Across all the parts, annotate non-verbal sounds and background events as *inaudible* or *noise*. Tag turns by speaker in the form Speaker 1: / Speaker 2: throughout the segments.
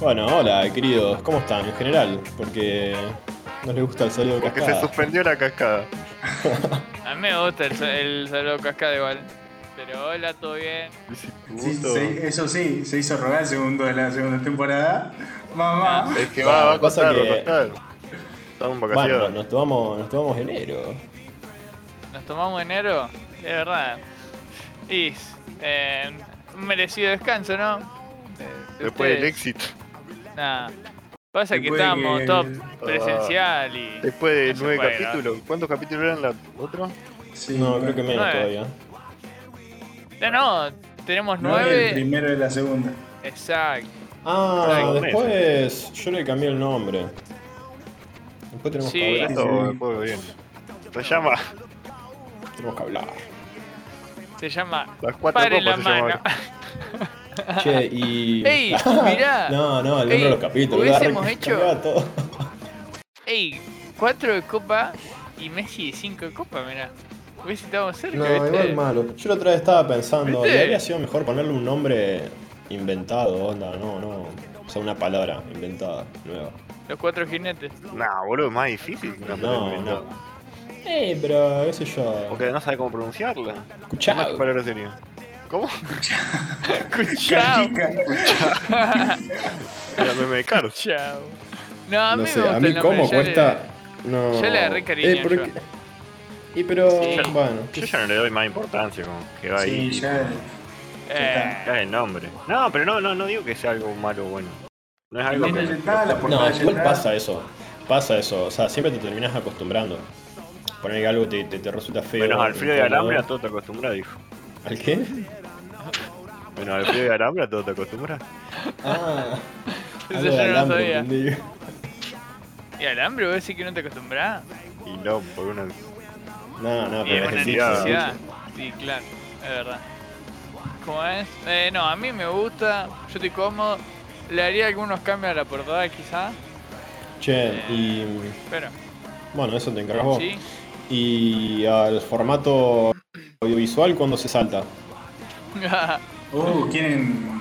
Speaker 1: Bueno, hola queridos, ¿cómo están en general? Porque no les gusta el saludo
Speaker 2: Porque se
Speaker 1: cascada.
Speaker 2: suspendió la cascada.
Speaker 3: A mí me gusta el, sa- el saludo cascada igual. Pero hola, ¿todo bien?
Speaker 4: Sí, se- eso sí, se hizo rogar el segundo de la segunda temporada. Mamá.
Speaker 2: Es que va, va
Speaker 1: Pasa
Speaker 2: a costar, va
Speaker 1: que-
Speaker 2: a costar. Estamos en vacaciones.
Speaker 1: Bueno, nos tomamos, nos tomamos enero.
Speaker 3: ¿Nos tomamos enero? De verdad. Y eh, un merecido descanso, ¿no? De- de
Speaker 2: Después del
Speaker 3: ustedes.
Speaker 2: éxito.
Speaker 3: Nah. Pasa que
Speaker 4: Después de
Speaker 3: estábamos
Speaker 4: que-
Speaker 3: top
Speaker 2: Ah.
Speaker 3: presencial y.
Speaker 2: Después de
Speaker 3: No se
Speaker 2: nueve
Speaker 3: juega.
Speaker 2: capítulos. ¿Cuántos capítulos eran la otra?
Speaker 4: Sí,
Speaker 1: no, creo que menos
Speaker 3: Nueve.
Speaker 1: todavía.
Speaker 3: No, no, tenemos
Speaker 4: no es El
Speaker 3: nueve.
Speaker 4: primero de la segunda.
Speaker 3: Exacto.
Speaker 1: Ah,
Speaker 2: Claro,
Speaker 1: después yo le cambié el nombre. Después tenemos
Speaker 3: Sí.
Speaker 1: que hablar.
Speaker 2: Esto
Speaker 4: sí.
Speaker 2: después bien. Se llama
Speaker 1: Tenemos que
Speaker 3: *laughs*
Speaker 1: hablar.
Speaker 3: Se llama.
Speaker 2: Las cuatro
Speaker 3: Pare la
Speaker 2: copas. se
Speaker 3: mano.
Speaker 2: llama.
Speaker 1: Che, y.
Speaker 3: Ey,
Speaker 1: *laughs*
Speaker 3: mirá.
Speaker 1: No, no, el
Speaker 3: Ey,
Speaker 1: nombre de los capítulos.
Speaker 3: hubiésemos
Speaker 1: ¿verdad?
Speaker 3: hecho-
Speaker 1: Cambiaba
Speaker 3: *laughs*
Speaker 1: todo.
Speaker 3: *laughs* Ey, cuatro de copa y Messi de cinco de copa, mirá. Hubiese estado cerca,
Speaker 1: No,
Speaker 3: ¿viste?
Speaker 1: igual malo. Yo la otra vez estaba pensando,
Speaker 3: ¿Viste?
Speaker 1: le habría sido mejor ponerle un nombre inventado, onda, no, no. O sea, una palabra inventada, nueva.
Speaker 3: Los cuatro jinetes.
Speaker 2: Nah, boludo, es más difícil. que una palabra
Speaker 1: No,
Speaker 2: inventada.
Speaker 1: no. Eh, pero qué sé yo.
Speaker 2: Porque no sabe cómo pronunciarla. ¿Qué
Speaker 1: Escuchá.
Speaker 2: palabra sería? ¿Cómo?
Speaker 3: Chao.
Speaker 4: Chica,
Speaker 2: *laughs* Era meme de Caro.
Speaker 3: Chao. No, a
Speaker 1: No
Speaker 3: mí me
Speaker 1: sé,
Speaker 3: gusta
Speaker 1: a
Speaker 3: el
Speaker 1: mí
Speaker 3: nombre,
Speaker 1: cómo
Speaker 3: ya le-
Speaker 1: cuesta. No.
Speaker 3: ya le agarré cariño
Speaker 1: Eh, porque- Y pero,
Speaker 3: Sí.
Speaker 1: bueno.
Speaker 2: Yo ya no le doy más importancia, como que va
Speaker 4: Sí,
Speaker 2: ahí.
Speaker 4: ya.
Speaker 3: Eh,
Speaker 2: Ya es el nombre. No, pero no, no, no digo que sea algo malo o bueno. No es algo
Speaker 4: La
Speaker 2: que.
Speaker 4: ya está, la portada
Speaker 1: No,
Speaker 4: ya
Speaker 1: igual
Speaker 4: está.
Speaker 1: pasa eso. Pasa eso. O sea, siempre te terminas acostumbrando. Poner que algo te, te, te resulta feo.
Speaker 2: Menos Alfredo de Alambre a
Speaker 1: incómodo.
Speaker 2: todo te acostumbras, dijo.
Speaker 1: ¿Al qué?
Speaker 2: Menos Alfredo de Alambre a todo te acostumbras.
Speaker 3: *laughs*
Speaker 1: Ah.
Speaker 3: Eso
Speaker 1: algo
Speaker 3: yo
Speaker 1: de
Speaker 3: no lo
Speaker 1: alambre,
Speaker 3: sabía.
Speaker 1: entendí.
Speaker 3: ¿Y alambre? ¿Vos decís que no te acostumbrás?
Speaker 2: Y no, por
Speaker 3: *laughs*
Speaker 2: una.
Speaker 1: No, no,
Speaker 3: Y es
Speaker 1: pero
Speaker 3: una
Speaker 2: necesidad.
Speaker 3: necesidad. Sí, claro, es verdad. ¿Cómo es? Eh, no, a mí me gusta, yo estoy cómodo. Le haría algunos cambios a la portada quizá,
Speaker 1: Che, y.
Speaker 3: pero
Speaker 1: Bueno, eso te encargas vos.
Speaker 3: sí.
Speaker 1: Y al formato audiovisual, cuando se salta?
Speaker 4: Uh, ¿quieren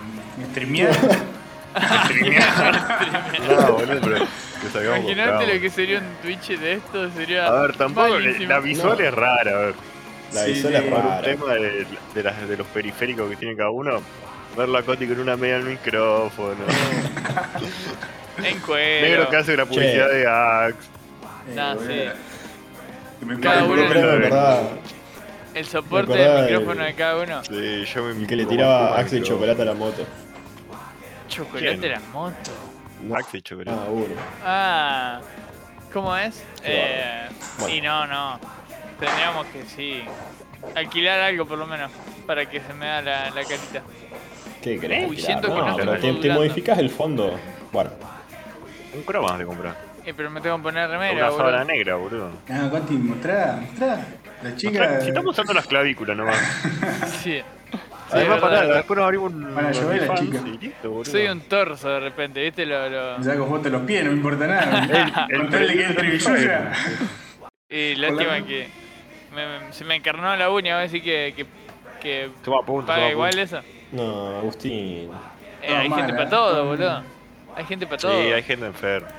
Speaker 4: streamear? Eh,
Speaker 2: No, Ah, boludo, pero. Que salgamos
Speaker 3: *laughs* Imaginate
Speaker 2: buscados.
Speaker 3: lo que sería un Twitch de esto, sería...
Speaker 2: A ver, tampoco. le-
Speaker 3: malísimo.
Speaker 2: La visual
Speaker 1: No.
Speaker 2: es rara, a ver.
Speaker 1: La
Speaker 4: Sí,
Speaker 1: visual es
Speaker 4: sí.
Speaker 2: Por
Speaker 1: rara.
Speaker 2: un tema de, de las, de los periféricos que tiene cada uno. Verlo a Coti con una media al
Speaker 3: *laughs*
Speaker 2: micrófono.
Speaker 3: En cuero.
Speaker 2: Negro que hace una publicidad de Axe.
Speaker 3: Nah,
Speaker 4: Eh,
Speaker 3: sí.
Speaker 4: que me
Speaker 3: Cada
Speaker 4: pare
Speaker 3: uno-
Speaker 4: el
Speaker 1: Pero de
Speaker 4: culo.
Speaker 1: verdad,
Speaker 3: El soporte
Speaker 1: Me acordaba
Speaker 3: del micrófono
Speaker 1: del-
Speaker 3: de cada uno.
Speaker 2: Sí, yo me
Speaker 1: el que le
Speaker 2: como
Speaker 1: tiraba
Speaker 2: espuma
Speaker 1: Axel
Speaker 2: micrófono.
Speaker 1: Chocolate a la moto.
Speaker 3: Chocolate de
Speaker 2: ¿Quién?
Speaker 3: las motos.
Speaker 1: No,
Speaker 2: Axel Chocolate.
Speaker 1: Ah, uno.
Speaker 3: Ah, ¿cómo es?
Speaker 1: Qué
Speaker 3: Eh,
Speaker 1: bárbaro.
Speaker 3: Y no, no. Tendríamos que sí. Alquilar algo por lo menos. Para que se me da la, la carita.
Speaker 1: ¿Qué crees?
Speaker 3: Uy, siento que
Speaker 1: no,
Speaker 2: no
Speaker 1: pero
Speaker 2: estoy
Speaker 1: te, te
Speaker 3: modulando.
Speaker 1: modificas el fondo. Bueno, Ah.
Speaker 2: Un croma de comprar.
Speaker 3: Eh, pero me tengo que poner remera,
Speaker 2: Una
Speaker 3: boludo.
Speaker 2: sábana negra, boludo.
Speaker 4: Ah, Conti, mostrá, mostrá. La chica.
Speaker 2: Si estamos usando las clavículas nomás.
Speaker 3: *laughs* Sí.
Speaker 2: Además,
Speaker 3: es
Speaker 2: pará,
Speaker 3: verdad.
Speaker 2: después nos abrimos un.
Speaker 4: Van a llover las
Speaker 2: OnlyFans
Speaker 4: chicas.
Speaker 2: y listo, boludo.
Speaker 3: Soy un torso de repente, ¿viste? Lo, lo...
Speaker 4: eh, Ya con vos te los pies, no me importa nada.
Speaker 2: el-
Speaker 4: Contarle que es el tribillo ya.
Speaker 3: Y lástima
Speaker 4: Hola.
Speaker 3: que me- me- se me encarnó la uña, voy a decir que, que, que
Speaker 2: Toma punto.
Speaker 3: paga
Speaker 2: toma
Speaker 3: igual
Speaker 2: punto.
Speaker 3: eso.
Speaker 1: no, Agustín.
Speaker 3: Eh,
Speaker 4: No,
Speaker 3: hay
Speaker 4: mal,
Speaker 3: gente
Speaker 4: eh.
Speaker 3: para todo, boludo. Hay gente para
Speaker 2: Sí,
Speaker 3: todo.
Speaker 2: hay gente enferma.
Speaker 3: Hay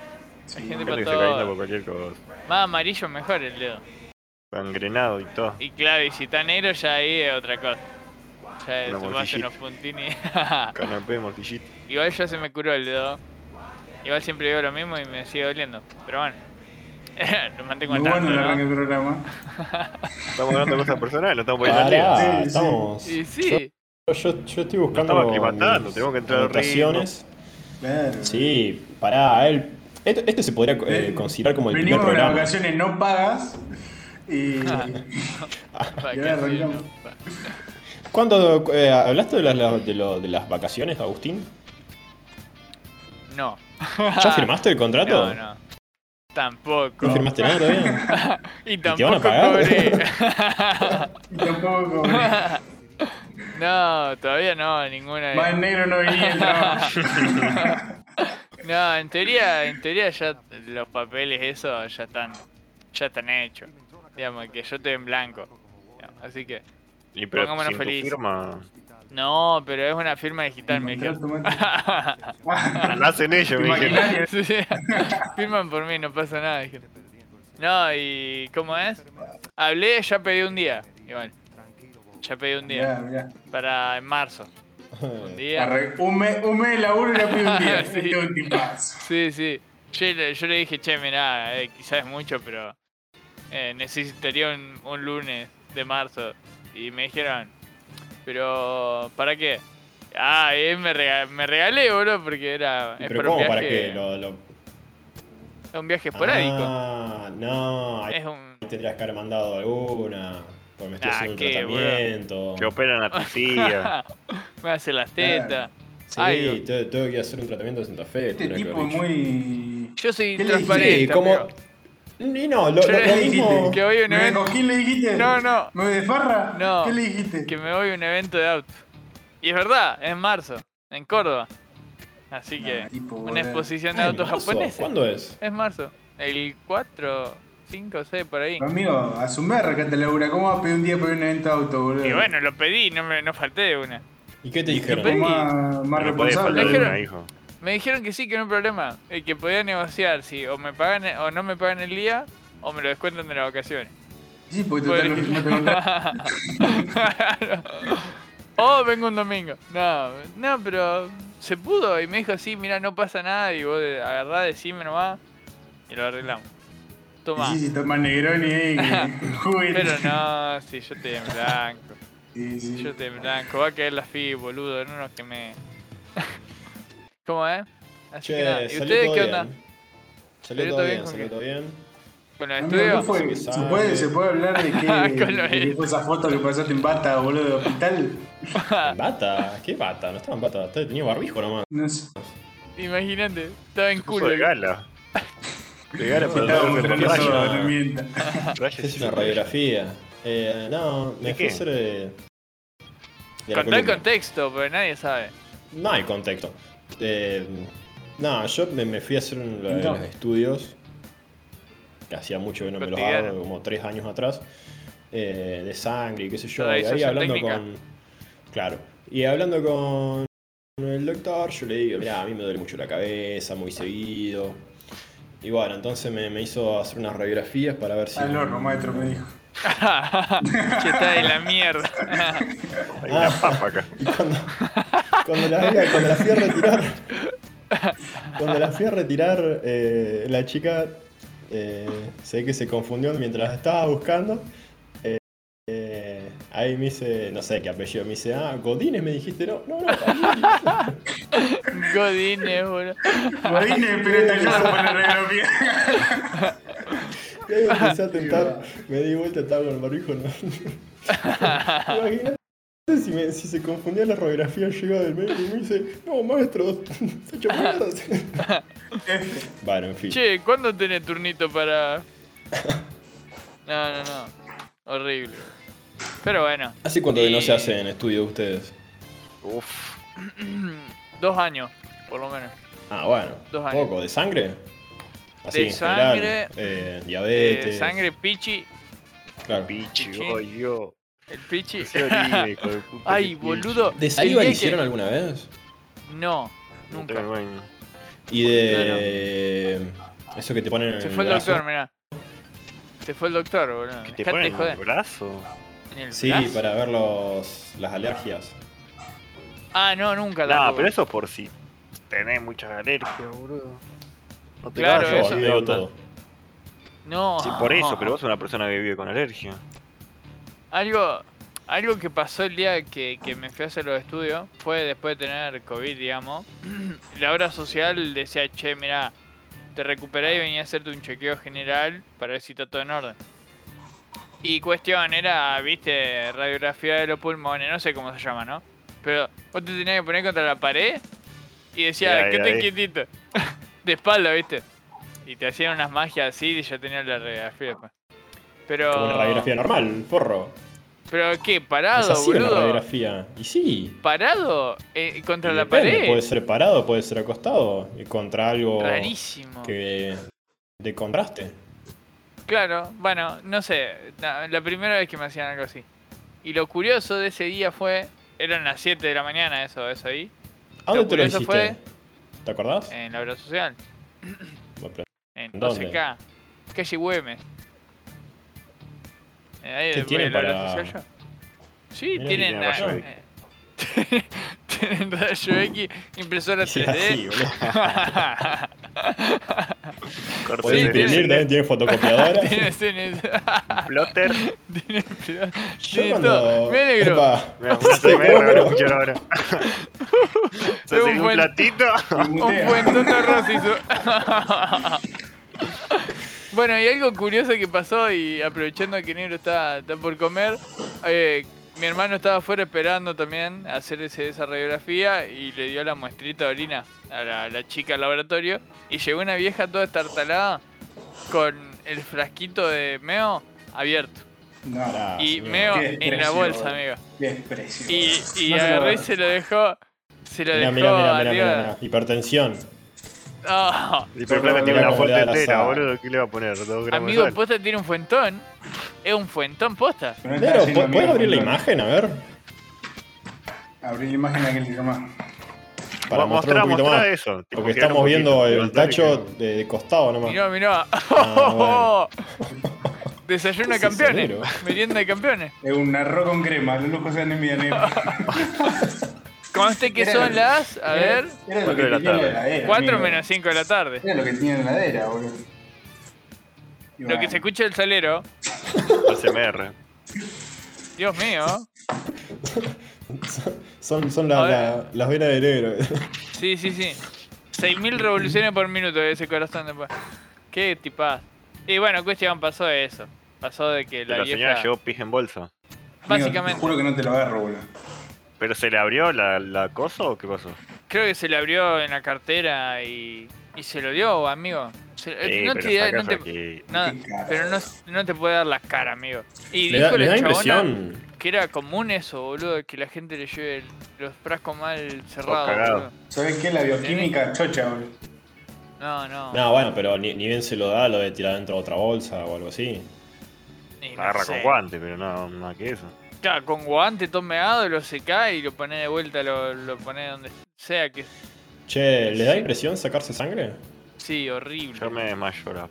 Speaker 2: Gente
Speaker 3: gente
Speaker 2: que se
Speaker 3: para
Speaker 2: calienta
Speaker 3: todo.
Speaker 2: por cualquier cosa.
Speaker 3: Más amarillo mejor el dedo.
Speaker 2: Sangrenado y todo.
Speaker 3: Y claro, y si está negro ya ahí es otra cosa. Ya es
Speaker 2: Una
Speaker 3: más
Speaker 2: morcillita.
Speaker 3: unos puntines.
Speaker 2: Canapé, mortillito.
Speaker 3: *laughs* Igual ya se me curó el dedo. Igual siempre digo lo mismo y me sigue doliendo. Pero bueno. *laughs* lo mantengo
Speaker 4: Muy
Speaker 3: al
Speaker 4: bueno
Speaker 3: tanto,
Speaker 4: el
Speaker 3: ¿no?
Speaker 4: arranque del programa.
Speaker 2: Estamos hablando de cosas personales, no estamos poniendo al día.
Speaker 1: Pará,
Speaker 4: Sí, sí.
Speaker 1: estamos.
Speaker 3: Y sí.
Speaker 1: Yo, yo estoy buscando.
Speaker 2: Nos estamos aclimatando, tenemos que entrar al ritmo.
Speaker 1: anotaciones.
Speaker 4: Claro.
Speaker 1: Sí, pará, él. Esto, este se podría eh,
Speaker 4: Ven-
Speaker 1: considerar como el primer
Speaker 4: Venimos de las
Speaker 1: programa.
Speaker 4: vacaciones no pagas.
Speaker 3: *laughs*
Speaker 4: Y.
Speaker 3: Vacaciones.
Speaker 1: ¿Cuándo eh, hablaste de las, la- de, lo- de las vacaciones, Agustín?
Speaker 3: No.
Speaker 1: *laughs* ¿Ya firmaste el contrato?
Speaker 3: Ah. *laughs* No, no. Tampoco.
Speaker 1: ¿No firmaste nada todavía?
Speaker 3: Y
Speaker 1: van a *laughs*
Speaker 3: tampoco
Speaker 1: pagar?
Speaker 3: *laughs* cobré.
Speaker 4: y tampoco.
Speaker 3: No, todavía no, ninguna.
Speaker 4: Más negro no venía
Speaker 3: *laughs*
Speaker 4: el trabajo.
Speaker 3: No, en teoría, en teoría ya los papeles eso ya están, ya están hechos. Digamos que yo estoy en blanco. Digamos, Así que
Speaker 2: Y pero
Speaker 3: Pongámonos
Speaker 2: sin tu
Speaker 3: feliz.
Speaker 2: firma.
Speaker 3: no, pero es una firma digital, me dijeron.
Speaker 4: Ah,
Speaker 2: Nacen ellos, me dijeron.
Speaker 3: *laughs*
Speaker 4: Imagínate.
Speaker 3: Sí, sí. Firman por mí, no pasa nada. dijeron. No, y ¿cómo es? Hablé, ya pedí un día. Igual. Ya pedí un
Speaker 4: Mirá,
Speaker 3: día.
Speaker 4: mirá.
Speaker 3: Para en marzo. Un día.
Speaker 4: Arre- Un mes un mes de laburo y la pido un día.
Speaker 3: *laughs* Sí.
Speaker 4: Este es un tipazo.
Speaker 3: Sí, sí. Yo, le- yo le dije, che, mirá, eh, quizás es mucho, pero eh, necesitaría un, un lunes de marzo. Y me dijeron, pero ¿para qué? Ah, y ahí me, rega- me regalé, boludo, porque era. *laughs* es
Speaker 1: Pero
Speaker 3: para un
Speaker 1: ¿cómo?
Speaker 3: viaje,
Speaker 1: ¿Para qué? Lo, lo...
Speaker 3: es un viaje esporádico.
Speaker 1: Ah, no, ahí
Speaker 3: es un.
Speaker 1: tendrías que haber mandado alguna. Porque me estoy
Speaker 3: Ah,
Speaker 1: haciendo un
Speaker 3: qué,
Speaker 1: tratamiento.
Speaker 2: Que operan a tu tía.
Speaker 3: ah, me hace las tetas.
Speaker 1: Sí,
Speaker 3: Algo.
Speaker 1: te- tengo que hacer un tratamiento en Santa Fe.
Speaker 4: Este
Speaker 1: tendría que
Speaker 4: tipo
Speaker 1: haber
Speaker 4: es
Speaker 1: dicho.
Speaker 4: muy.
Speaker 3: Yo soy
Speaker 4: ¿Qué le
Speaker 3: transparente.
Speaker 1: Sí, como.
Speaker 3: amigo.
Speaker 1: Y no, lo, lo- lo
Speaker 3: Yo le
Speaker 4: ¿Qué le
Speaker 1: mismo.
Speaker 4: dijiste?
Speaker 3: Que hoy un
Speaker 4: ¿Me
Speaker 3: evento-
Speaker 4: cogí le dijiste?
Speaker 3: No, no.
Speaker 4: ¿Me de farra?
Speaker 3: No.
Speaker 4: ¿Qué le dijiste?
Speaker 3: que me voy a un evento de auto. Y es verdad, es en marzo, en Córdoba. Así que
Speaker 4: Ah, tipo,
Speaker 3: una
Speaker 4: boludo.
Speaker 3: exposición de
Speaker 1: Ah, ¿en
Speaker 3: autos
Speaker 1: marzo?
Speaker 3: japoneses.
Speaker 1: ¿Cuándo es?
Speaker 3: Es marzo, el 4, 5, 6 por ahí.
Speaker 4: Amigo, asumé acá te labura. ¿Cómo vas a pedir un día para ir a un evento de auto, boludo?
Speaker 3: Y bueno, lo pedí, no me no falté de una.
Speaker 1: ¿Y qué te
Speaker 3: pedí?
Speaker 1: dijeron?
Speaker 4: Más, *laughs* más
Speaker 2: No podés
Speaker 4: responsable.
Speaker 2: faltar de
Speaker 3: Dijeron-
Speaker 2: una, hijo.
Speaker 3: Me dijeron que sí, que no hay problema, eh, que podía negociar si o me pagan o no me pagan el día o me lo descuentan de las vacaciones.
Speaker 4: Sí, porque
Speaker 3: Por
Speaker 4: total lo mismo te contás.
Speaker 3: Claro. *laughs* Oh, vengo un domingo. No, no, pero se pudo. Y me dijo así, mira, no pasa nada. Y vos de- agarrá, decime nomás. Y lo arreglamos. Toma.
Speaker 4: Sí, sí,
Speaker 3: *laughs*
Speaker 4: toma Negroni, eh. que- juguete.
Speaker 3: Pero
Speaker 4: *laughs*
Speaker 3: no, si yo estoy en blanco.
Speaker 4: Sí, sí.
Speaker 3: Yo estoy en blanco. Va a caer la FI, boludo. No nos quemé. *laughs* ¿Cómo es? Así que nada.
Speaker 1: Che,
Speaker 3: ¿Y
Speaker 1: salió
Speaker 3: ustedes
Speaker 1: todo
Speaker 3: qué
Speaker 1: bien.
Speaker 3: onda?
Speaker 1: Salió todo bien, salió todo bien.
Speaker 3: ¿Con los
Speaker 4: Amigo, ¿qué
Speaker 3: estudios?
Speaker 4: fue?
Speaker 1: Sí, que
Speaker 4: ¿Se
Speaker 1: sabe.
Speaker 4: puede, ¿Se puede hablar
Speaker 3: *laughs*
Speaker 4: de qué,
Speaker 3: Con lo
Speaker 4: de qué
Speaker 3: de-
Speaker 4: fue esa foto que pasaste en bata, boludo, de hospital?
Speaker 1: ¿Bata? ¿Qué bata? No estaba en bata, estaba- tenía barbijo nomás.
Speaker 4: No sé.
Speaker 3: Imagínate, estaba en
Speaker 2: Puso
Speaker 3: culo.
Speaker 2: de gala. De gala para
Speaker 4: Estaba
Speaker 2: darle
Speaker 4: mostrando
Speaker 2: con
Speaker 1: rayos.
Speaker 4: todo,
Speaker 2: rayos.
Speaker 4: no mienta.
Speaker 1: Esta es
Speaker 2: Rayos.
Speaker 1: una radiografía. Eh, no, me
Speaker 2: ¿De
Speaker 1: fui
Speaker 2: qué?
Speaker 1: a hacer. eh, de la
Speaker 3: Contá el
Speaker 1: columna.
Speaker 3: contexto, porque nadie sabe.
Speaker 1: No hay contexto. Eh, no, yo me, me fui a hacer un-
Speaker 4: No.
Speaker 1: los estudios. Que hacía mucho que no me los
Speaker 3: Cotidiano.
Speaker 1: hago, como tres años atrás. eh, de sangre y qué sé yo.
Speaker 3: Toda
Speaker 1: Y ahí
Speaker 3: disociación
Speaker 1: hablando
Speaker 3: técnica.
Speaker 1: con. Claro. Y hablando con el doctor, yo le digo, mira, a mí me duele mucho la cabeza, muy seguido. Y bueno, entonces me, me hizo hacer unas radiografías para ver si.
Speaker 4: Al horno, maestro, me
Speaker 3: *laughs*
Speaker 4: dijo.
Speaker 3: che, está de la mierda.
Speaker 2: Hay una
Speaker 1: Ah.
Speaker 2: papa acá.
Speaker 1: Y cuando, cuando, la, vi- cuando la fui a retirar, cuando la fui a retirar, eh, la chica eh, se ve que se confundió mientras la estaba buscando. eh, eh, ahí me dice, no sé qué apellido, me dice, ah, Godínez me dijiste, no, no, no, Godínez".
Speaker 3: Godines, boludo.
Speaker 4: Godínez, pero esta clase para la radiografía.
Speaker 1: Y ahí empecé a tentar, me di vuelta, estaba con el barbijo, no. Imagínate si, me- si se confundía la radiografía, yo iba del médico y me dice, no, maestro, *laughs* se ha hecho mierda". Bueno, en fin.
Speaker 3: Che, ¿cuándo tenés turnito para.? No, no, no. Horrible. Pero bueno,
Speaker 1: ¿Hace cuánto que no se
Speaker 3: Y-
Speaker 1: hacen estudios ustedes?
Speaker 2: Uf.
Speaker 3: dos años, por lo menos.
Speaker 1: Ah, bueno.
Speaker 3: Dos años.
Speaker 1: poco. ¿De sangre? Así,
Speaker 3: De
Speaker 1: en general,
Speaker 3: sangre,
Speaker 1: eh,
Speaker 3: Eh,
Speaker 1: diabetes.
Speaker 3: sangre pichi.
Speaker 1: claro.
Speaker 2: Pichi,
Speaker 3: Pichi.
Speaker 2: oh,
Speaker 3: *laughs*
Speaker 2: yo.
Speaker 3: El pichi.
Speaker 2: Ese orine, hijo de puta,
Speaker 3: *laughs* Ay,
Speaker 2: qué
Speaker 3: boludo.
Speaker 1: ¿De
Speaker 3: El
Speaker 1: saliva
Speaker 3: día
Speaker 1: le
Speaker 3: que-
Speaker 1: hicieron alguna vez?
Speaker 3: No,
Speaker 2: pichi. No
Speaker 3: nunca.
Speaker 2: tengo baño.
Speaker 1: Y de. Eso que te ponen en
Speaker 3: Se
Speaker 1: el
Speaker 3: fue el
Speaker 1: brazo.
Speaker 3: doctor, mirá. Se fue el doctor, boludo.
Speaker 2: ¿Qué te
Speaker 3: Dejate de
Speaker 2: ponen en el
Speaker 3: joder.
Speaker 2: brazo?
Speaker 3: ¿En el
Speaker 1: Sí,
Speaker 3: brazo?
Speaker 1: para ver los, las alergias.
Speaker 3: Ah, no, nunca.
Speaker 2: No,
Speaker 3: tampoco.
Speaker 2: pero eso es por si tenés muchas alergias, boludo. No te
Speaker 3: Claro,
Speaker 2: vas a
Speaker 1: Yo
Speaker 3: eso.
Speaker 2: joder,
Speaker 1: veo
Speaker 2: onda.
Speaker 1: todo.
Speaker 3: No.
Speaker 2: Sí, por eso, pero vos sos una persona que vive con alergia.
Speaker 3: Algo, algo que pasó el día que, que me fui a hacer los estudios fue después de tener COVID, digamos. *clears throat* La obra social decía, che, mirá, te recuperé y venía a hacerte un chequeo general para ver si está todo en orden. Y cuestión era, viste, radiografía de los pulmones, no sé cómo se llama, ¿no? Pero vos te tenías que poner contra la pared y decía,
Speaker 2: Ahí,
Speaker 3: que te
Speaker 2: ahí.
Speaker 3: quietito. *laughs* de espalda, viste. Y te hacían unas magias así y ya tenías la radiografía después. Pero...
Speaker 1: Como una radiografía normal, forro.
Speaker 3: Pero qué,
Speaker 1: Es
Speaker 3: parado,
Speaker 1: así en la
Speaker 3: Ah, boludo.
Speaker 1: radiografía. Y sí.
Speaker 3: Parado eh, contra la
Speaker 1: depende,
Speaker 3: pared.
Speaker 1: Puede ser parado, puede ser acostado. y Contra algo
Speaker 3: Rarísimo.
Speaker 1: que de contraste.
Speaker 3: Claro, bueno, no sé, na- la primera vez que me hacían algo así. Y lo curioso de ese día fue, eran las 7 de la mañana eso, eso ahí,
Speaker 1: ¿A dónde te lo
Speaker 3: curioso
Speaker 1: hiciste?
Speaker 3: fue- Eh.
Speaker 1: ¿Te acordás?
Speaker 3: en la obra social,
Speaker 1: Bueno, pero-
Speaker 3: en
Speaker 1: ¿Dónde?
Speaker 3: 12K, calle Güemes. Eh, Ahí
Speaker 1: ¿Qué
Speaker 3: después
Speaker 1: tienen
Speaker 3: de la obra
Speaker 1: para-
Speaker 3: social yo. Sí,
Speaker 1: Mirá,
Speaker 3: tienen...
Speaker 2: tiene
Speaker 3: ah,
Speaker 2: rayo
Speaker 3: eh, *laughs* tienen rayo X,
Speaker 1: *laughs*
Speaker 3: impresora
Speaker 1: Sí, así,
Speaker 3: 3D.
Speaker 1: boludo.
Speaker 3: *laughs*
Speaker 2: Corte
Speaker 1: Podés
Speaker 3: Sí,
Speaker 2: de
Speaker 1: imprimir,
Speaker 3: tiene-
Speaker 1: también tiene
Speaker 3: *laughs*
Speaker 1: fotocopiadora.
Speaker 3: Tienen- tienen- *laughs*
Speaker 2: plotter.
Speaker 3: tienen-
Speaker 1: Yo
Speaker 3: tienen
Speaker 1: cuando.
Speaker 3: todo. Mirá, negro.
Speaker 1: Epa, *laughs*
Speaker 2: Mira, una CMR,
Speaker 1: bueno.
Speaker 2: lo escucharon ahora. *laughs* Se
Speaker 3: Es
Speaker 2: sirvió
Speaker 3: un
Speaker 2: un
Speaker 3: buen-
Speaker 2: platito.
Speaker 3: *laughs*
Speaker 1: *laughs*
Speaker 3: Un
Speaker 4: Mutea.
Speaker 3: buen Toto Rossi. su- *laughs* bueno, y algo curioso que pasó, y aprovechando que Negro está, está por comer, eh, mi hermano estaba afuera esperando también hacer ese- esa radiografía y le dio la muestrita de orina a la, la chica al laboratorio. Y llegó una vieja toda estartalada con el frasquito de meo abierto.
Speaker 4: No,
Speaker 1: Ah,
Speaker 3: y
Speaker 1: señor.
Speaker 3: meo
Speaker 4: Qué
Speaker 3: en la
Speaker 4: desprecio,
Speaker 3: bolsa,
Speaker 4: boludo.
Speaker 3: amigo.
Speaker 4: desprecio.
Speaker 3: Y, y
Speaker 4: No se lo
Speaker 3: agarré y
Speaker 4: hagas.
Speaker 3: se lo dejó. Se lo
Speaker 1: Mirá,
Speaker 3: dejó
Speaker 1: mirá, mirá, mirá,
Speaker 3: arriba.
Speaker 1: mirá, mirá. Hipertensión.
Speaker 3: Ah.
Speaker 2: Y pero claro, tiene
Speaker 1: Mira
Speaker 2: una
Speaker 1: cómo le
Speaker 2: fuente
Speaker 1: da la
Speaker 2: entera,
Speaker 1: sal.
Speaker 2: boludo. ¿Qué le va a poner? Dos gramos
Speaker 3: Amigo,
Speaker 2: de sal.
Speaker 3: posta tiene un fuentón. Es un fuentón posta.
Speaker 4: Pero no está
Speaker 1: Pero,
Speaker 4: haciendo
Speaker 1: ¿po- ¿puedes
Speaker 4: mierda,
Speaker 1: abrir la
Speaker 4: boludo.
Speaker 1: imagen? A ver.
Speaker 4: Abrir la imagen de aquel que llama.
Speaker 1: Para
Speaker 2: Mo-
Speaker 1: mostrar un
Speaker 2: mostrá,
Speaker 1: poquito
Speaker 2: mostrá
Speaker 1: más.
Speaker 2: eso. tipo,
Speaker 1: Porque
Speaker 2: girar un
Speaker 1: estamos
Speaker 2: poquito,
Speaker 1: viendo el
Speaker 2: levantar y
Speaker 1: tacho
Speaker 2: girar.
Speaker 1: de, de costado nomás.
Speaker 3: Miró, miró. *laughs*
Speaker 1: Ah, ¿Qué
Speaker 3: Desayuno
Speaker 1: es
Speaker 3: de
Speaker 1: eso,
Speaker 3: campeones.
Speaker 1: negro?
Speaker 3: Merienda de
Speaker 4: *laughs*
Speaker 3: campeones.
Speaker 4: Es un arroz con crema, los lujos
Speaker 3: *laughs*
Speaker 4: de anemia negra.
Speaker 3: Conste este que
Speaker 4: Era-
Speaker 3: son las, a ver,
Speaker 4: Era lo
Speaker 2: Cuatro
Speaker 4: que
Speaker 2: de la
Speaker 4: tenía en la
Speaker 2: tarde.
Speaker 4: heladera.
Speaker 3: 4
Speaker 4: amigo.
Speaker 3: menos 5 de la tarde.
Speaker 4: Era lo que tenía en la heladera, boludo. Y
Speaker 3: Lo que
Speaker 4: bueno,
Speaker 3: se escucha el salero,
Speaker 2: ASMR.
Speaker 3: Dios mío.
Speaker 1: Son, son la-
Speaker 3: A ver.
Speaker 1: la- las venas de negro.
Speaker 3: Sí, sí, sí. 6.000 revoluciones por minuto de ese corazón después. Qué tipaz. Y bueno, cuestión, pasó de eso. Pasó de que la,
Speaker 2: La
Speaker 3: vieja...
Speaker 2: señora llevó pija en bolsa.
Speaker 4: amigo,
Speaker 3: Básicamente.
Speaker 4: Te juro que no te lo agarro, boludo.
Speaker 2: ¿Pero se le abrió la, la cosa o qué pasó?
Speaker 3: Creo que se le abrió en la cartera y, y se lo dio, amigo. Se- eh,
Speaker 2: Sí,
Speaker 3: no,
Speaker 2: pero
Speaker 3: te, da-
Speaker 2: sacás
Speaker 3: no te-
Speaker 2: aquí.
Speaker 3: nada,
Speaker 4: Qué cara.
Speaker 3: pero no, no te puede dar la cara, amigo.
Speaker 1: *laughs*
Speaker 3: Y
Speaker 1: Le da,
Speaker 3: dijo
Speaker 1: le
Speaker 3: la
Speaker 1: da
Speaker 3: chabona
Speaker 1: impresión.
Speaker 3: que era común eso, boludo, que la gente le lleve el- los frascos mal cerrados.
Speaker 2: cagado.
Speaker 3: boludo.
Speaker 4: ¿Sabes qué? La bioquímica chocha, boludo.
Speaker 3: No, no.
Speaker 1: No, bueno, pero ni, ni bien se lo da, lo de tirar dentro de otra bolsa o algo así.
Speaker 3: y no
Speaker 2: Agarra
Speaker 3: sé.
Speaker 2: con guante, pero no, nada que eso.
Speaker 3: Claro, con guante, todo meado, lo seca y lo pone de vuelta, lo, lo pone donde sea que.
Speaker 1: Che, ¿le da impresión sacarse sangre?
Speaker 3: Sí, horrible. *laughs*
Speaker 2: Yo me desmayo ahora.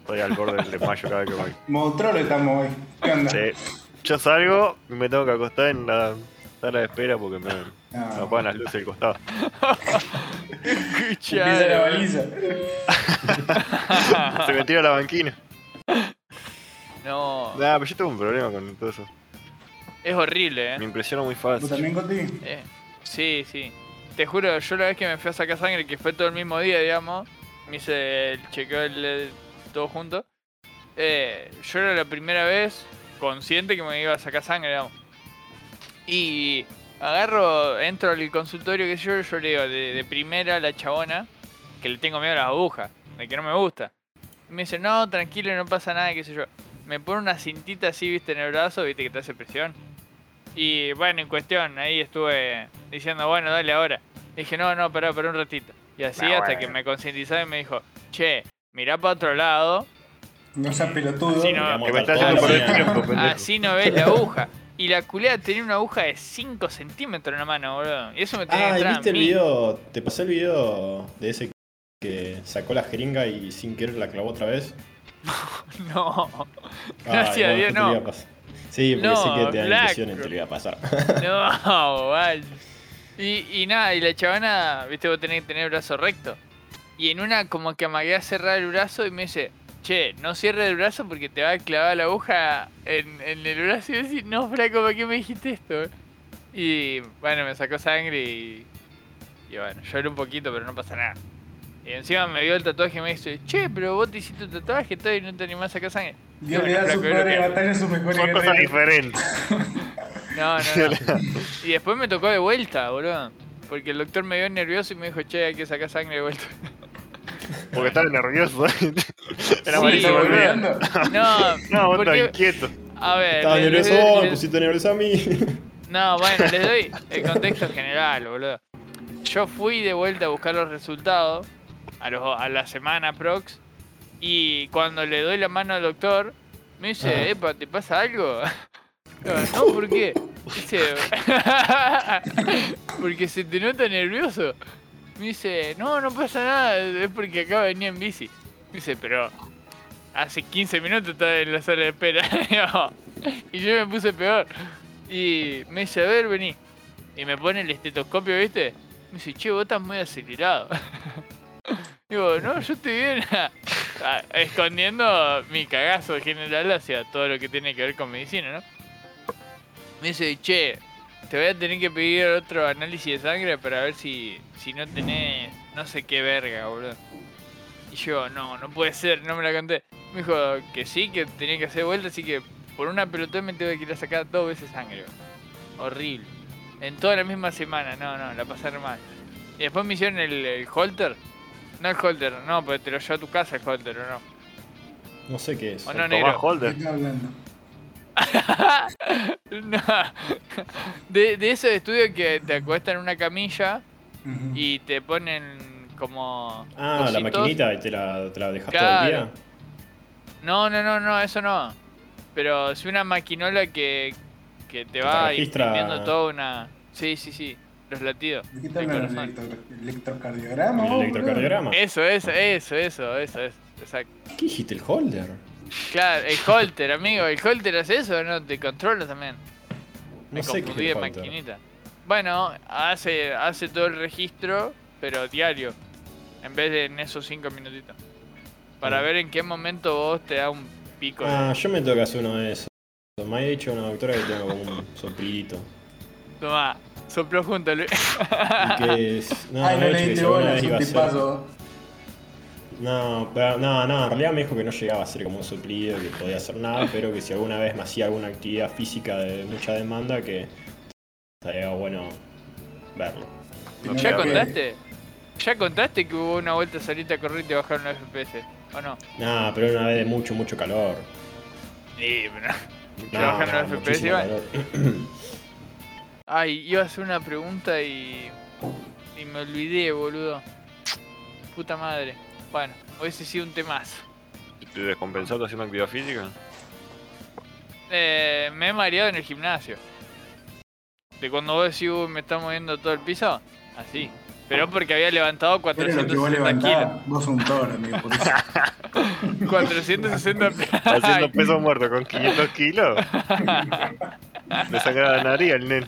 Speaker 2: Estoy al borde del desmayo cada vez que voy.
Speaker 4: Motrolo estamos hoy. ¿Qué onda?
Speaker 2: Sí. Yo salgo y me tengo que acostar en la sala de espera porque me, me
Speaker 4: No.
Speaker 2: apagan las luces del costado.
Speaker 4: Empieza la
Speaker 3: Escuchá,
Speaker 4: baliza.
Speaker 2: Se me tira la
Speaker 4: *laughs*
Speaker 2: banquina.
Speaker 3: No,
Speaker 4: Ah,
Speaker 2: Nah, pero yo tengo un problema con todo eso.
Speaker 3: es horrible, eh.
Speaker 2: Me impresiona muy
Speaker 4: ¿Vos
Speaker 2: fácil.
Speaker 4: también, Coti?
Speaker 3: Eh, sí, sí. Te juro, yo la vez que me fui a sacar sangre, que fue todo el mismo día, digamos, me hice el chequeo el, el- todo junto. eh, yo era la primera vez consciente que me iba a sacar sangre, digamos. Y agarro, entro al consultorio, que yo, yo le digo de, de primera a la chabona, que le tengo miedo a las agujas, de que no me gusta. Y me dice, no, tranquilo, no pasa nada, qué sé yo. Me pone una cintita así, viste, en el brazo, viste, que te hace presión. Y bueno, en cuestión, ahí estuve diciendo, bueno, dale ahora. Dije, no, no, pará, pará un ratito. Y así
Speaker 2: Ah,
Speaker 3: hasta
Speaker 2: bueno.
Speaker 3: que me concientizaba y me dijo, che, mirá para otro lado,
Speaker 4: No seas pelotudo.
Speaker 3: Sí, no.
Speaker 1: Digamos,
Speaker 2: Que me
Speaker 4: Ah,
Speaker 2: está
Speaker 1: toda
Speaker 2: yendo por el
Speaker 1: la mañana.
Speaker 2: tiempo,
Speaker 3: Ah,
Speaker 2: pendejo.
Speaker 3: así no
Speaker 1: *laughs*
Speaker 3: ves la aguja. Y la culea tenía una aguja de 5 centímetros en la mano, boludo. Y eso me tenía que
Speaker 1: Ah, ¿y
Speaker 3: entrar a
Speaker 1: viste el
Speaker 3: mí.
Speaker 1: video? Te pasé el video de ese que sacó la jeringa y sin querer la clavó otra
Speaker 3: *laughs*
Speaker 1: vez.
Speaker 3: *laughs* No,
Speaker 1: Ay,
Speaker 3: Gracias a
Speaker 1: Ah, no,
Speaker 3: Dios,
Speaker 1: yo te lo iba a pasar. Sí,
Speaker 3: no.
Speaker 1: porque
Speaker 3: No,
Speaker 1: sé que te da
Speaker 3: flaco.
Speaker 1: impresión y te lo iba a pasar.
Speaker 3: *laughs* no, vale. Y, y nada, y la chavana, viste, vos tenés que tener el brazo recto. Y en una como que amagué a cerrar el brazo y me dice, che, no cierres el brazo porque te va a clavar la aguja en, en el brazo. Y yo decía, no, flaco, ¿para qué me dijiste esto? Y bueno, me sacó sangre y, y bueno, lloré un poquito, pero no pasa nada. Y encima me vio el tatuaje y me dice, che, pero vos te hiciste un tatuaje todo y no te animás a sacar sangre.
Speaker 4: Dios
Speaker 3: Y
Speaker 4: le
Speaker 3: bueno, flaco,
Speaker 4: da
Speaker 3: es lo
Speaker 4: sus
Speaker 3: que
Speaker 4: peores
Speaker 3: hago.
Speaker 4: batallas, sus mejores
Speaker 2: Son cosas
Speaker 4: guerreros.
Speaker 2: diferentes.
Speaker 3: No, no, no. Y después me tocó de vuelta, boludo. Porque el doctor me vio nervioso y me dijo, che, hay que sacar sangre de vuelta.
Speaker 2: *laughs* Porque
Speaker 4: *laughs*
Speaker 2: estaba nervioso. *laughs* Era
Speaker 3: Sí,
Speaker 2: malísimo.
Speaker 3: boludo.
Speaker 2: boludo.
Speaker 4: Volviendo.
Speaker 3: No,
Speaker 2: No, vos estás
Speaker 3: porque
Speaker 2: inquieto.
Speaker 3: A
Speaker 1: *laughs*
Speaker 3: ver.
Speaker 1: Estaba
Speaker 3: le- le-
Speaker 1: nervioso oh,
Speaker 3: le-
Speaker 1: vos, me
Speaker 3: le-
Speaker 1: pusiste nervioso a mí. *laughs*
Speaker 3: No, bueno, les doy el contexto general, boludo. Yo fui de vuelta a buscar los resultados a, los- a la semana prox y cuando le doy la mano al doctor me
Speaker 1: Ajá.
Speaker 3: dice, epa, ¿te pasa algo? *laughs* Yo, no, ¿por qué? Dice, *laughs* porque se te nota nervioso. Me dice, no, no pasa nada, es porque acá venía en bici. Me dice, pero hace 15 minutos estaba en la sala de espera. *laughs* Digo, y yo me puse peor. Y me dice, a ver, vení. Y me pone el estetoscopio, ¿viste? Me dice, che, vos estás muy acelerado. *laughs* Digo, no, yo estoy bien. *laughs* Ah, Escondiendo mi cagazo general hacia todo lo que tiene que ver con medicina, ¿no? Me dice, che, te voy a tener que pedir otro análisis de sangre para ver si, si no tenés no sé qué verga, boludo. Y yo, no, no puede ser, no me la canté. Me dijo que sí, que tenía que hacer vuelta, así que por una pelotón me tuve que ir a sacar dos veces sangre. boludo. Horrible. En toda la misma semana, no, no, la pasé re mal. Y después me hicieron el, el holter. No el holter, no, pero te lo llevó a tu casa el holter, ¿o no? *laughs*
Speaker 1: No sé qué es.
Speaker 3: O no,
Speaker 2: Tomás
Speaker 3: negro.
Speaker 4: ¿Qué
Speaker 2: Holder.
Speaker 4: está hablando?
Speaker 3: No. De, de esos estudios que te acuestan en una camilla
Speaker 4: Ujú.
Speaker 3: y te ponen como.
Speaker 1: Ah, la
Speaker 3: cositos.
Speaker 1: maquinita, y te la, te la dejas todo el
Speaker 3: Claro.
Speaker 1: día.
Speaker 3: No, no, no, no, eso no. Pero es una maquinola que, que te va
Speaker 1: registra-
Speaker 3: imprimiendo toda una. Sí, sí, sí. Los latidos.
Speaker 4: ¿De qué está
Speaker 3: del
Speaker 4: hablando?
Speaker 3: corazón.
Speaker 4: ¿El electro- electrocardiograma?
Speaker 1: El
Speaker 4: vos,
Speaker 1: electrocardiograma.
Speaker 3: Eso, eso, eso, eso, eso, eso. Exacto.
Speaker 1: ¿Qué dijiste, el holder?
Speaker 3: Claro, el holter, amigo. ¿El holter hace eso o no? Te controla también. Me
Speaker 1: No sé qué es
Speaker 3: confundí de
Speaker 1: el holder.
Speaker 3: maquinita. Bueno, hace, hace todo el registro, pero diario. En vez de en esos cinco minutitos. Para
Speaker 1: Mm.
Speaker 3: ver en qué momento vos te da un pico. de-
Speaker 1: Ah, yo me tengo que hacer uno de esos. Me ha dicho una doctora que tengo como un
Speaker 3: *laughs*
Speaker 1: soplito.
Speaker 3: Tomá, sopló junto, Luis.
Speaker 1: Y que es-
Speaker 4: boludo.
Speaker 1: no,
Speaker 4: Ay,
Speaker 1: me
Speaker 4: no
Speaker 1: ha dicho
Speaker 4: le
Speaker 1: que
Speaker 4: diste
Speaker 1: si alguna
Speaker 4: bola,
Speaker 1: vez
Speaker 4: es
Speaker 1: iba
Speaker 4: un
Speaker 1: a ser-
Speaker 4: tipazo.
Speaker 1: No, pero- no, no, en realidad me dijo que no llegaba a ser como un soplido, que podía hacer nada, pero que si alguna vez me hacía alguna actividad física de mucha demanda, que estaría bueno verlo.
Speaker 4: No
Speaker 3: ¿Ya
Speaker 4: me
Speaker 3: contaste? ¿Ya contaste que hubo una vuelta salita a correr y te bajaron los FPS? ¿O no?
Speaker 1: No, pero una vez de mucho, mucho calor.
Speaker 3: Sí, pero...
Speaker 1: No,
Speaker 3: bajaron los
Speaker 1: no,
Speaker 3: FPS
Speaker 1: muchísimo *laughs*
Speaker 3: igual?
Speaker 1: calor.
Speaker 3: Ay, iba a hacer una pregunta y... Y me olvidé, boludo. Puta madre. Bueno, hubiese sido un temazo.
Speaker 2: ¿Te descompensaste haciendo actividad física?
Speaker 3: Eh, me he mareado en el gimnasio. De cuando vos decís, "Uy, me está moviendo todo el piso. Así. Pero porque había levantado
Speaker 4: Era lo que vos
Speaker 3: 460 kilos.
Speaker 4: levantabas. Vos sos un toro, amigo. Por eso. *laughs*
Speaker 3: 460 kilos. *laughs*
Speaker 2: Haciendo peso muerto con 500 kilos. Me sangra la nariz al nene.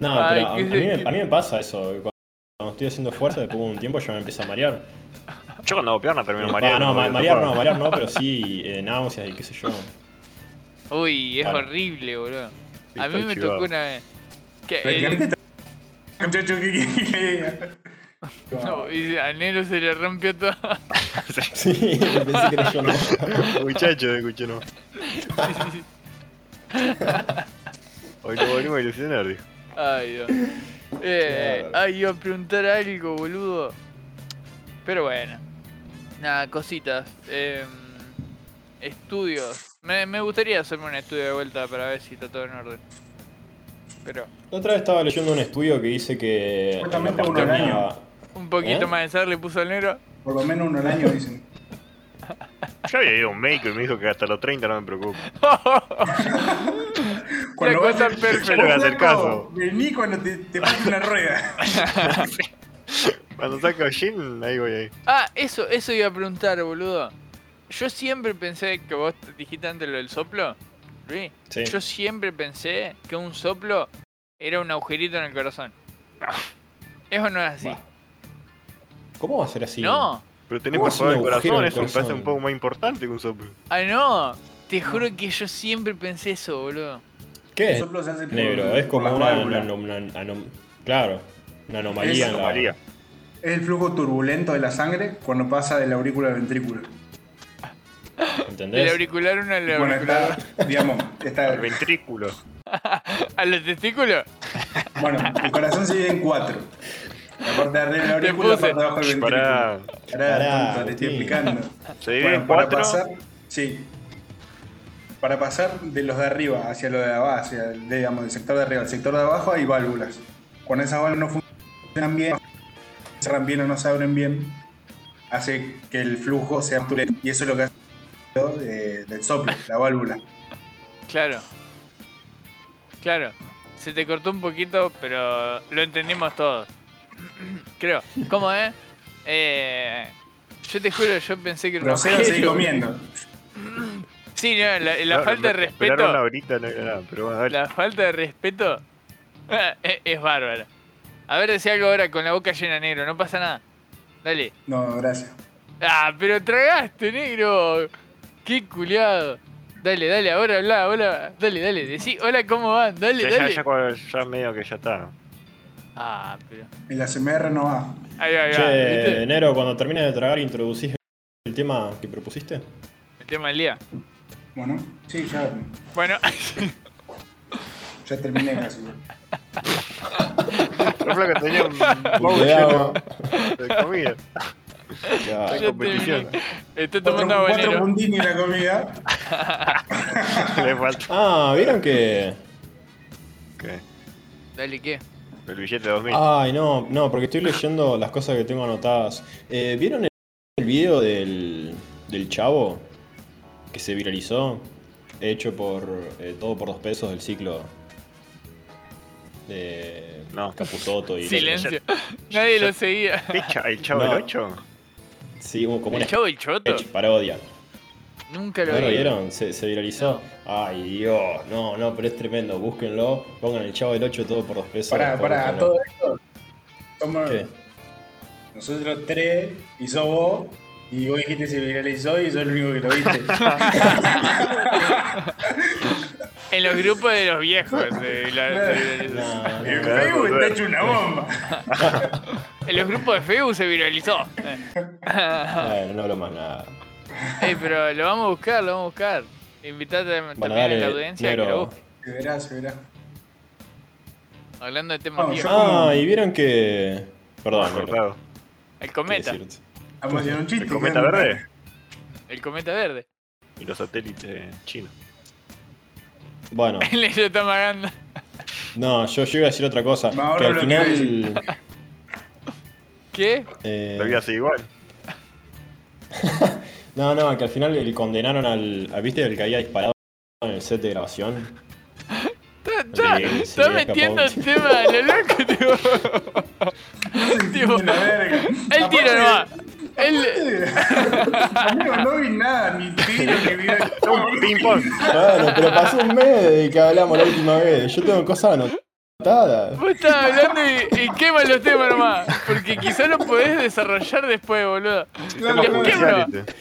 Speaker 1: No,
Speaker 3: Ay,
Speaker 1: pero a,
Speaker 3: qué-
Speaker 1: a mí, me- a mí me pasa eso. que Cuando estoy haciendo fuerza, después de un tiempo ya me empiezo a marear.
Speaker 2: Yo cuando hago pierna termino mareado.
Speaker 1: Ah, no, ma- marear no, marear no, pero sí eh, náuseas y qué sé yo.
Speaker 3: Uy, es
Speaker 1: Bueno.
Speaker 3: horrible, boludo.
Speaker 2: Sí,
Speaker 3: A mí
Speaker 2: está
Speaker 3: me
Speaker 2: chivado.
Speaker 3: tocó una vez. Que
Speaker 4: Pero
Speaker 3: el-
Speaker 4: que antes te- Eh, *laughs* Muchacho, ¿qué querés que le diga?
Speaker 3: no, y al negro se le rompió
Speaker 1: *laughs*
Speaker 3: todo. *laughs*
Speaker 1: Sí, pensé que era yo no.
Speaker 2: *laughs* Muchacho, escuché
Speaker 3: *laughs*
Speaker 2: no. Hoy lo volvimos a ilusionar, dijo.
Speaker 3: Ay, Dios. Eh,
Speaker 1: Claro.
Speaker 3: ay, iba a preguntar algo, boludo. Pero bueno. Nada, cositas. Em, estudios. Me, me gustaría hacerme un estudio de vuelta para ver si está todo en orden. Pero
Speaker 1: La otra vez estaba leyendo un estudio que dice que. en la
Speaker 4: Justamente uno al
Speaker 1: pandemia-
Speaker 4: año.
Speaker 3: un poquito
Speaker 1: ¿Eh?
Speaker 3: más de sal le puso al negro.
Speaker 4: Por lo menos uno al año dicen.
Speaker 2: Yo había ido a un médico y me dijo que hasta los 30 no me preocupo.
Speaker 4: Cuando vas
Speaker 3: cosa
Speaker 4: a-
Speaker 3: perfecta.
Speaker 2: Yo le voy a hacer
Speaker 4: Flaco,
Speaker 2: caso.
Speaker 4: Vení cuando te, te pase una
Speaker 1: *laughs*
Speaker 4: rueda.
Speaker 2: Cuando saco Shin, ahí voy ahí.
Speaker 3: Ah, eso, eso iba a preguntar, boludo. Yo siempre pensé que vos dijiste antes lo del soplo, Luis.
Speaker 1: Sí.
Speaker 3: Yo siempre pensé que un soplo era un agujerito en el corazón. Eso no es así.
Speaker 1: Bah. ¿Cómo va a ser así?
Speaker 3: No,
Speaker 2: Pero tenés
Speaker 1: ¿Cómo
Speaker 2: por
Speaker 1: es
Speaker 2: favor
Speaker 1: un
Speaker 2: el
Speaker 1: agujero
Speaker 2: corazón,
Speaker 1: en el
Speaker 2: eso me parece
Speaker 1: corazón?
Speaker 2: un poco más importante que un soplo.
Speaker 3: ah, no. Te juro que yo siempre pensé eso, boludo.
Speaker 1: ¿Qué
Speaker 4: El
Speaker 1: es
Speaker 4: soplo se hace por-
Speaker 1: negro? Es
Speaker 4: por
Speaker 1: como
Speaker 4: las
Speaker 1: una,
Speaker 4: válvulas.
Speaker 1: una- una- una- anom- Claro, una
Speaker 4: Es
Speaker 1: anomalía. en la-
Speaker 2: María.
Speaker 4: Es el flujo turbulento de la sangre cuando pasa del aurículo al ventrículo.
Speaker 3: El
Speaker 1: ¿Entendés?
Speaker 3: auricular uno al
Speaker 4: Bueno,
Speaker 3: auricular.
Speaker 4: está, digamos, está.
Speaker 1: *laughs*
Speaker 2: El ventrículo.
Speaker 3: ¿A los testículos?
Speaker 4: Bueno, tu corazón se divide en cuatro. La parte de arriba del aurículo, la
Speaker 3: puse.
Speaker 4: parte de abajo del ventrículo.
Speaker 2: Pará.
Speaker 4: Pará,
Speaker 1: Pará,
Speaker 4: tonto, te estoy
Speaker 1: *laughs* Agustín.
Speaker 4: explicando.
Speaker 2: Se divide en
Speaker 4: para
Speaker 2: cuatro.
Speaker 4: pasar. Sí. para pasar de los de arriba hacia los de abajo, hacia, el- digamos, del sector de arriba al sector de abajo hay válvulas. Cuando esas válvulas no funcionan bien, no cierran bien o no se abren bien, hace que el flujo sea turbulento. Y eso es lo que hace eh, del soplo, la válvula.
Speaker 3: Claro. Claro. Se te cortó un poquito, pero lo entendimos todos. *clears throat* Creo. ¿Cómo es? Eh, yo te juro, yo pensé que...
Speaker 4: Pero se sigue comiendo.
Speaker 3: Sí, no, la, la
Speaker 2: No,
Speaker 3: falta de
Speaker 2: no, esperaron
Speaker 3: respeto...
Speaker 2: una horita, no era nada, pero bueno, dale.
Speaker 3: La falta de respeto *laughs* es, es bárbara. A ver, decía algo ahora con la boca llena, negro. No pasa nada. Dale.
Speaker 4: No, gracias.
Speaker 3: Ah, pero tragaste, negro. Qué culiado. Dale, dale, ahora habla, hola. Dale, dale, decí, hola, ¿cómo van? Dale,
Speaker 2: Ya, ya,
Speaker 3: dale.
Speaker 2: ya, cuando- ya medio que ya está.
Speaker 3: Ah, pero.
Speaker 4: El ACMR no va.
Speaker 3: Ahí va, ahí va.
Speaker 1: Che,
Speaker 3: ¿Viste?
Speaker 1: Nero, cuando termines de tragar, introducís el tema que propusiste.
Speaker 3: El tema del día.
Speaker 4: Bueno, sí, ya,
Speaker 3: Bueno, *laughs*
Speaker 4: ya terminé casi.
Speaker 2: Yo creo que tenía un bowl lleno
Speaker 1: Veamos.
Speaker 2: de comida.
Speaker 1: Ya.
Speaker 3: yo
Speaker 2: competición.
Speaker 3: te- Estoy tomando
Speaker 4: Cuatro, cuatro
Speaker 3: habanero.
Speaker 4: puntines la comida.
Speaker 2: *laughs* Le faltó.
Speaker 1: Ah, ¿vieron que...?
Speaker 2: ¿Qué?
Speaker 3: Dale, ¿qué?
Speaker 2: El billete de 2000.
Speaker 1: Ay, no, no, porque estoy leyendo las cosas que tengo anotadas. Eh, ¿Vieron el, el video del, del chavo que se viralizó? Hecho por eh, todo por dos pesos del ciclo de
Speaker 2: No.
Speaker 1: Capuzoto y...
Speaker 3: Silencio. *laughs* Nadie lo seguía.
Speaker 2: ¿Qué cha- ¿El chavo del
Speaker 1: No.
Speaker 2: 8?
Speaker 1: Sí, como un
Speaker 3: El chavo el choto.
Speaker 1: sketch, parodia.
Speaker 3: Nunca
Speaker 1: ¿No
Speaker 3: lo
Speaker 1: lo
Speaker 3: vi.
Speaker 1: vieron? Se, se viralizó. Ay, Dios, no, no, pero es tremendo. Búsquenlo, pongan el chavo del 8 todo por dos pesos.
Speaker 4: Pará, pará, a
Speaker 1: Pónganlo.
Speaker 4: todo esto. Somos *laughs*
Speaker 1: ¿Qué?
Speaker 4: nosotros tres y sos vos. Y vos dijiste se viralizó y sos el único que lo viste.
Speaker 3: *laughs* En los grupos de los viejos. eh, de la- de- de- *laughs*
Speaker 1: No,
Speaker 4: El
Speaker 1: no.
Speaker 4: Facebook está hecho una bomba.
Speaker 3: En los grupos de Facebook se viralizó. Eh,
Speaker 1: Bueno, no hablo más nada.
Speaker 3: eh, pero lo vamos a buscar, lo vamos a buscar. Invitate
Speaker 1: Van a
Speaker 3: también
Speaker 1: dar
Speaker 3: a la
Speaker 1: eh,
Speaker 3: audiencia que lo
Speaker 1: negro.
Speaker 3: busque.
Speaker 4: Se verá, se verá.
Speaker 3: Hablando de temas
Speaker 4: No,
Speaker 3: viejos.
Speaker 1: Ah, y vieron que. Perdón, negro,
Speaker 2: Cortado.
Speaker 3: El
Speaker 1: qué
Speaker 3: cometa,
Speaker 1: decirte.
Speaker 4: Vamos a hacer un chiste.
Speaker 2: ¿El cometa verde?
Speaker 3: el cometa verde. *laughs*
Speaker 2: Y los satélites chinos.
Speaker 1: Eh. Bueno,
Speaker 3: El negro está amagando.
Speaker 1: no, yo, yo iba a decir otra cosa.
Speaker 4: Me ahorro
Speaker 1: Que al
Speaker 4: lo que iba a
Speaker 1: final.
Speaker 3: ¿Qué?
Speaker 1: eh,
Speaker 2: *laughs* Lo vi así igual.
Speaker 1: no, no, que al final le condenaron al. a- ¿Viste el que había disparado en el set de grabación?
Speaker 3: Está, está-
Speaker 1: Sí,
Speaker 3: está
Speaker 1: sí,
Speaker 3: metiendo
Speaker 1: escapó.
Speaker 3: temas a lo loco, tipo. *laughs* Tipo,
Speaker 4: La verga.
Speaker 3: él tira nomás. Él,
Speaker 4: No, no vi nada, ni tiro, ni video.
Speaker 1: *laughs*
Speaker 2: ¡Un ping-pong!
Speaker 1: Claro, pero pasó un mes desde que hablamos la última vez. Yo tengo cosas anotadas.
Speaker 3: vos estás hablando y, y quema los temas nomás. Porque quizá lo podés desarrollar después, boludo.
Speaker 2: Sistema
Speaker 4: Claro, claro.
Speaker 2: judicial,
Speaker 3: Qué
Speaker 2: este.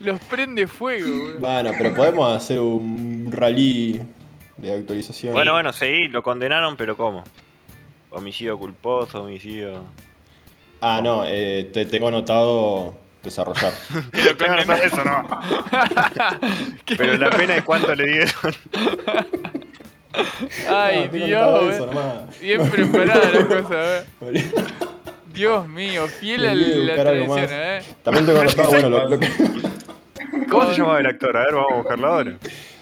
Speaker 3: Los prende fuego, boludo.
Speaker 1: Bueno, pero podemos hacer un rally de actualización.
Speaker 2: Bueno, bueno, seguí. Lo condenaron, pero ¿cómo? Homicidio culposo, homicidio...
Speaker 1: Ah, no, eh, te tengo anotado desarrollar.
Speaker 2: Pero eso no.
Speaker 1: *laughs*
Speaker 2: Pero la pena es cuánto le dieron.
Speaker 3: Ay,
Speaker 1: No, tengo
Speaker 3: Dios,
Speaker 1: anotado
Speaker 3: eh.
Speaker 1: eso nomás.
Speaker 3: Bien preparada la cosa, eh.
Speaker 1: Boludo.
Speaker 3: Dios mío, fiel a
Speaker 1: Tenía que
Speaker 3: la
Speaker 1: buscar algo
Speaker 3: tradición,
Speaker 1: más.
Speaker 3: eh.
Speaker 1: También tengo anotado, bueno, lo, lo que-
Speaker 2: ¿Cómo
Speaker 3: Con-
Speaker 2: se llamaba el actor? A ver, vamos a buscarlo ahora.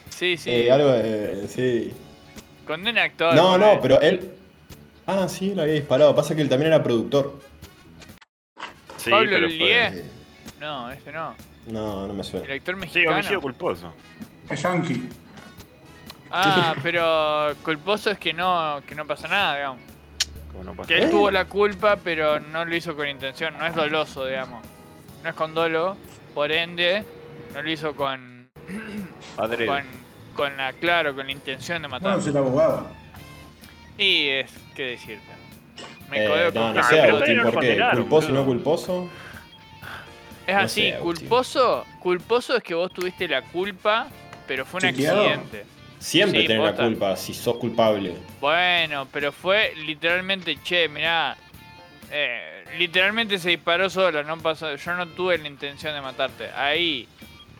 Speaker 3: Sí, *laughs* sí.
Speaker 1: eh, algo de- sí.
Speaker 3: Condena actor.
Speaker 1: No,
Speaker 3: boludo.
Speaker 1: no, pero él. Ah, sí, lo había disparado. Pasa que él también era productor.
Speaker 2: Sí,
Speaker 3: Pablo
Speaker 2: pero
Speaker 3: Lillier.
Speaker 2: fue...
Speaker 1: Eh,
Speaker 3: No, ese no.
Speaker 1: No, no me
Speaker 3: El
Speaker 1: suena.
Speaker 3: actor
Speaker 2: Sí,
Speaker 3: mexicano.
Speaker 2: homicidio culposo.
Speaker 4: Es yankee.
Speaker 3: ah, pero culposo es que no, que no pasó nada, digamos.
Speaker 2: Como no ¿Eh? pasa
Speaker 3: Que
Speaker 2: nada.
Speaker 3: él tuvo la culpa, pero no lo hizo con intención. No es doloso, digamos. No es con dolo. Por ende, no lo hizo con.
Speaker 2: Adrede.
Speaker 3: con, con la, claro, con la intención de matar.
Speaker 4: Bueno, soy el abogado.
Speaker 3: Y es, ¿qué decirte? Me
Speaker 1: Eh,
Speaker 3: codeo
Speaker 1: no,
Speaker 3: con
Speaker 1: no
Speaker 2: Ah,
Speaker 1: sé,
Speaker 2: pero
Speaker 1: Agustín,
Speaker 2: también lo
Speaker 1: ¿por qué?
Speaker 2: condenaron,
Speaker 1: ¿Culposo y
Speaker 2: boludo.
Speaker 1: no culposo?
Speaker 3: Es
Speaker 1: No
Speaker 3: así,
Speaker 1: sé, Agustín.
Speaker 3: culposo, culposo es que vos tuviste la culpa, pero fue un
Speaker 4: Chequeado.
Speaker 3: accidente.
Speaker 1: Siempre
Speaker 3: Sí,
Speaker 1: tenés la
Speaker 3: posta.
Speaker 1: culpa si sos culpable.
Speaker 3: Bueno, pero fue literalmente, che, mirá, eh, literalmente se disparó solo, no pasó, yo no tuve la intención de matarte. Ahí,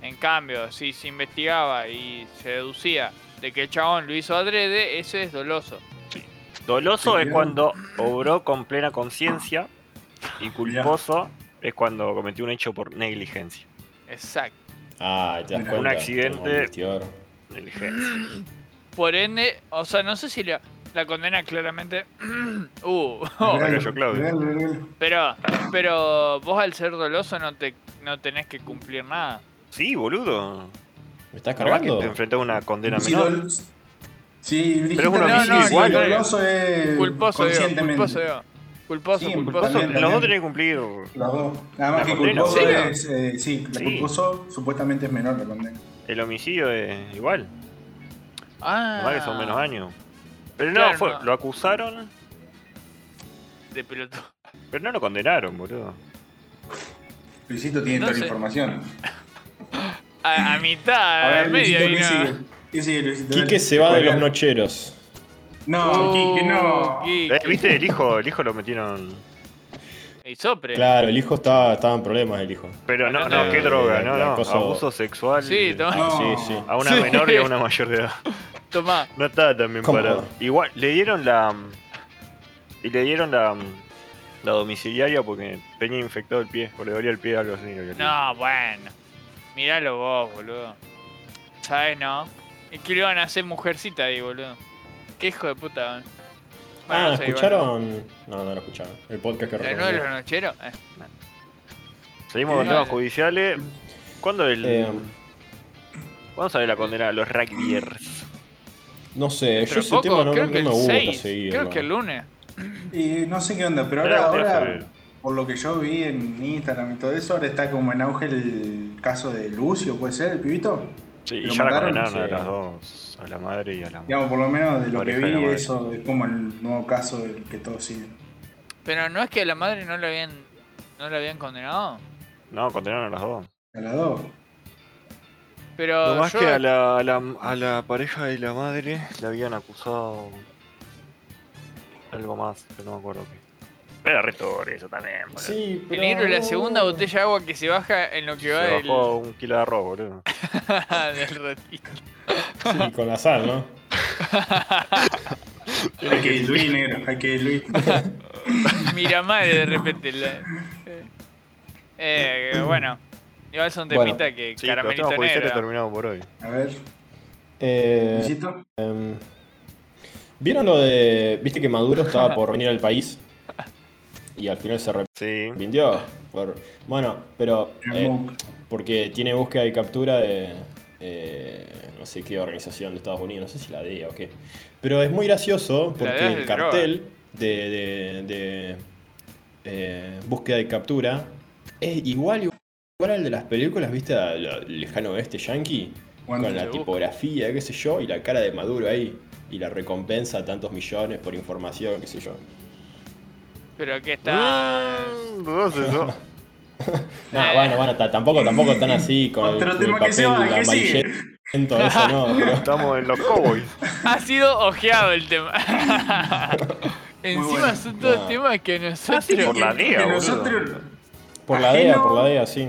Speaker 3: en cambio, si se investigaba y se deducía de que el chabón lo hizo adrede, ese es doloso.
Speaker 2: Doloso es
Speaker 4: Mirá.
Speaker 2: cuando obró con plena conciencia y culposo es cuando cometió un hecho por negligencia.
Speaker 3: Exacto.
Speaker 1: Ah, te das
Speaker 4: Mira,
Speaker 1: cuenta.
Speaker 2: un accidente.
Speaker 1: como un vestidor.
Speaker 2: Negligencia.
Speaker 3: Por ende, o sea, no sé si la, la condena claramente. *clears throat* uh, *laughs*
Speaker 2: Mirá. cayó Claudio.
Speaker 4: mirá, mirá, mirá.
Speaker 3: pero, pero vos al ser doloso no te no tenés que cumplir nada.
Speaker 2: Sí, boludo.
Speaker 1: ¿Me estás
Speaker 2: Capaz que
Speaker 1: cargando?
Speaker 2: te enfrentas a una condena
Speaker 4: Si
Speaker 2: menor.
Speaker 4: dol- si dijiste
Speaker 2: es un
Speaker 4: que
Speaker 3: homicidio
Speaker 4: sí,
Speaker 3: igual.
Speaker 4: doloso es
Speaker 3: Culposo, digo,
Speaker 4: conscientemente.
Speaker 3: culposo, digo. Culposo,
Speaker 4: Sí,
Speaker 3: culposo.
Speaker 4: culpable.
Speaker 2: Los dos tenés que cumplir.
Speaker 4: Los dos. Nada más
Speaker 2: La
Speaker 4: que
Speaker 2: condena,
Speaker 4: culposo
Speaker 3: ¿sí?
Speaker 4: es. eh, sí, la
Speaker 2: Sí.
Speaker 4: culposo supuestamente es menor la condena.
Speaker 2: El homicidio es igual.
Speaker 3: Ah,
Speaker 2: Nomás que son menos años. Pero no,
Speaker 3: Claro,
Speaker 2: fue,
Speaker 3: no.
Speaker 2: lo acusaron,
Speaker 3: De piloto.
Speaker 2: pero no lo condenaron, boludo.
Speaker 4: Luisito tiene
Speaker 3: No
Speaker 4: toda
Speaker 3: sé.
Speaker 4: la información.
Speaker 3: A, a mitad,
Speaker 4: A
Speaker 3: a
Speaker 4: ver,
Speaker 3: medio
Speaker 4: Luisito, ¿qué
Speaker 3: vino.
Speaker 4: sigue? ¿Qué sigue, Luisito?
Speaker 1: Quique
Speaker 4: Dale.
Speaker 1: se va de los
Speaker 4: Colgá.
Speaker 1: nocheros.
Speaker 4: No, Quique, no.
Speaker 3: Uh, Quique.
Speaker 2: Eh, ¿Viste? El hijo, el hijo lo metieron.
Speaker 3: Y sopre.
Speaker 1: Claro, el hijo estaba, estaba en problemas, el hijo.
Speaker 2: Pero no,
Speaker 3: Acá
Speaker 2: no,
Speaker 3: no.
Speaker 2: qué droga,
Speaker 1: Eh,
Speaker 2: no,
Speaker 1: la
Speaker 2: no.
Speaker 1: cosa-
Speaker 2: Abuso sexual.
Speaker 3: Sí, toma.
Speaker 2: Ah,
Speaker 4: No.
Speaker 1: Sí, sí.
Speaker 2: A una
Speaker 3: Sí.
Speaker 2: menor y a
Speaker 3: *laughs*
Speaker 2: una mayor de edad.
Speaker 3: Tomá.
Speaker 2: No estaba también
Speaker 1: ¿Cómo?
Speaker 2: parado. Igual, le dieron la. Y le dieron la. La domiciliaria porque tenía infectado el pie, o le dolía el pie a los niños.
Speaker 3: No, bueno. Miralo vos, boludo. ¿Sabes, no? ¿Y qué le van a hacer mujercita ahí, boludo? Qué hijo de puta, ¿eh? Bueno,
Speaker 1: Ah,
Speaker 3: no sé, igual.
Speaker 1: ¿escucharon? No, no lo escucharon. El podcast que
Speaker 3: ¿La nueva de los
Speaker 1: recomendé.
Speaker 3: nocheros? Eh,
Speaker 2: Seguimos con
Speaker 3: Eh.
Speaker 2: temas judiciales. ¿Cuándo, el,
Speaker 1: Eh,
Speaker 2: ¿Cuándo sale la condena a los rugbyers?
Speaker 1: no sé, yo
Speaker 3: pero
Speaker 1: ese
Speaker 3: poco,
Speaker 1: tema no,
Speaker 3: creo
Speaker 1: no
Speaker 3: que
Speaker 1: me
Speaker 3: el
Speaker 1: gusta
Speaker 3: 6,
Speaker 1: seguirlo.
Speaker 3: creo que el lunes.
Speaker 4: Y no sé qué onda, pero
Speaker 2: Era
Speaker 4: ahora,
Speaker 2: de
Speaker 4: ahora
Speaker 2: febrero.
Speaker 4: por lo que yo vi en Instagram y todo eso, ahora está como en auge el caso de Lucio, ¿puede ser? ¿El pibito?
Speaker 2: Sí,
Speaker 4: ¿Lo
Speaker 2: y ya la
Speaker 4: mandaron?
Speaker 2: condenaron a
Speaker 1: Sí.
Speaker 2: las dos, a la madre y a la
Speaker 4: Digamos, por lo menos de lo que
Speaker 2: Pareja de la
Speaker 4: vi,
Speaker 2: madre.
Speaker 4: eso es como el nuevo caso del que todos siguen.
Speaker 3: Pero no es que a la madre no la habían, no la habían condenado.
Speaker 2: No, condenaron a las dos.
Speaker 4: A las dos.
Speaker 3: Pero
Speaker 2: más
Speaker 3: Ah, yo-
Speaker 2: que a la, a, la, a la pareja de la madre la habían acusado algo más, pero no me acuerdo qué. Era reto eso también, boludo.
Speaker 1: Sí,
Speaker 3: el
Speaker 1: pero
Speaker 3: negro es la
Speaker 1: no.
Speaker 3: segunda botella de agua que se baja en lo que
Speaker 2: Se
Speaker 3: va del,
Speaker 2: bajó un kilo de arroz, boludo.
Speaker 3: Ah, del ratito. *laughs*
Speaker 1: Sí, con la sal, ¿no?
Speaker 4: Hay que ir Luis, negro, hay que ir Luis.
Speaker 3: Mira madre de repente. la- eh. Eh, bueno, igual son
Speaker 1: Bueno,
Speaker 3: temita que
Speaker 2: Sí, los
Speaker 3: caramelito
Speaker 2: temas judiciales
Speaker 3: negro.
Speaker 2: terminados por hoy.
Speaker 4: A ver,
Speaker 1: Eh,
Speaker 4: Luisito.
Speaker 1: em, ¿Vieron lo de. Viste que Maduro estaba por venir al país? Y al final se
Speaker 2: Sí.
Speaker 1: arrepintió. por- Bueno, pero. eh, porque tiene búsqueda y captura de eh, no sé qué organización de Estados Unidos, no sé si la DEA o qué. Pero es muy gracioso
Speaker 3: La
Speaker 1: porque
Speaker 3: DEA es
Speaker 1: el
Speaker 3: de droga.
Speaker 1: cartel de, de- de, eh, búsqueda y captura es igual, igual al de las películas, ¿viste? A lo- lejano oeste yankee,
Speaker 4: Cuando
Speaker 1: con
Speaker 4: se
Speaker 1: la
Speaker 3: busca.
Speaker 1: tipografía, qué sé yo, y la cara de Maduro ahí. Y la recompensa a tantos millones por información, qué sé yo.
Speaker 3: Pero que está.
Speaker 2: Mm, dudoso eso.
Speaker 1: No,
Speaker 3: Eh.
Speaker 1: bueno, bueno, ta- tampoco, tampoco tan así con el,
Speaker 4: Otro
Speaker 1: con el
Speaker 4: tema que se
Speaker 1: papel
Speaker 4: va, ¿qué sigue?
Speaker 1: amarillento, eso no, pero-
Speaker 4: *laughs*
Speaker 2: *laughs* Estamos en los cowboys.
Speaker 3: Ha sido ojeado el tema. *laughs* Encima
Speaker 4: bueno. Ah,
Speaker 3: son todos
Speaker 1: No.
Speaker 3: temas que nosotros.
Speaker 2: sí, por la DEA,
Speaker 4: Que
Speaker 2: boludo.
Speaker 4: nosotros,
Speaker 1: Por la
Speaker 4: Ajeno.
Speaker 1: DEA, por la DEA, sí.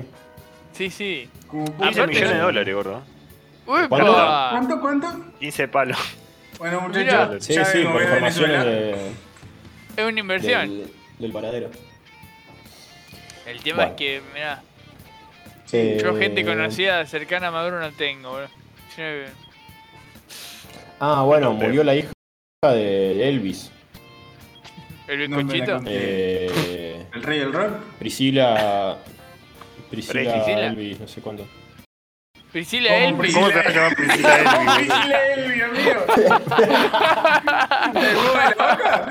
Speaker 3: Sí, sí.
Speaker 4: como
Speaker 2: 15
Speaker 3: Aparte-
Speaker 2: millones de dólares, gordo.
Speaker 1: ¿Cuánto?
Speaker 3: ¡Uepa!
Speaker 4: ¿Cuánto, cuánto?
Speaker 2: 15 palos.
Speaker 4: Bueno,
Speaker 3: Mirá.
Speaker 4: muchachos,
Speaker 1: Sí,
Speaker 4: ya
Speaker 1: sí,
Speaker 4: vengo,
Speaker 1: por
Speaker 4: voy a
Speaker 1: informaciones
Speaker 4: Venezuela.
Speaker 1: de-
Speaker 3: Es una inversión.
Speaker 1: del, del paradero.
Speaker 3: El tema
Speaker 1: Bueno.
Speaker 3: es que, mirá,
Speaker 1: Eh,
Speaker 3: yo gente conocida cercana a Maduro no tengo, bro. Yo no-
Speaker 1: Ah, bueno, murió la hija de Elvis.
Speaker 3: El
Speaker 4: No me la
Speaker 3: bizcochito.
Speaker 4: conté.
Speaker 1: Eh,
Speaker 4: El rey del rock.
Speaker 1: Priscila. Priscila,
Speaker 3: Priscila.
Speaker 1: Elvis, no sé cuánto.
Speaker 3: Priscila
Speaker 4: ¿Cómo
Speaker 3: Elvis.
Speaker 2: ¿Cómo te va a llamar Priscila Elvis? *laughs*
Speaker 4: *laughs* Priscila Elvio, amigo. ¿Te mueve la boca?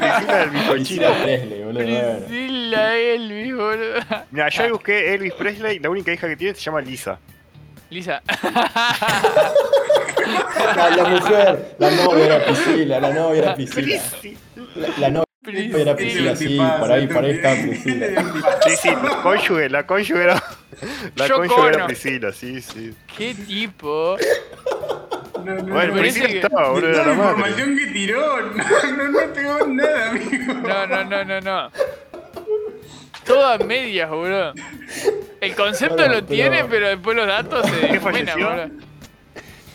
Speaker 2: Priscila del bizcochito.
Speaker 1: Priscila Presley, boludo. bueno.
Speaker 3: Priscila Elvis, boludo. *laughs*
Speaker 2: Mira, yo ahí busqué Elvis Presley, la única hija que tiene se llama Lisa.
Speaker 3: Lisa. *laughs*
Speaker 1: La, la mujer, la novia era Priscila, la novia era Priscila. La, la novia era Priscila,
Speaker 3: Priscila.
Speaker 1: sí, por ahí, por ahí está
Speaker 4: *laughs*
Speaker 1: Priscila.
Speaker 2: Sí, sí, cónyuge, la cónyuge era. La
Speaker 3: Yo
Speaker 2: cónyuge era
Speaker 3: cono.
Speaker 2: Priscila, sí, sí.
Speaker 3: Qué tipo.
Speaker 4: No,
Speaker 2: Bueno,
Speaker 4: no, no,
Speaker 3: parece
Speaker 2: Priscila
Speaker 3: que-
Speaker 2: estaba, boludo,
Speaker 4: de
Speaker 2: era la
Speaker 4: toda la
Speaker 2: madre.
Speaker 4: información que tiró, no, no, no tengo nada, amigo.
Speaker 3: No, no, no, no, no. Todas medias, boludo. El concepto
Speaker 1: Bueno, pero-
Speaker 3: lo tiene, pero después los datos se desmenan,
Speaker 2: falleció?
Speaker 3: boludo.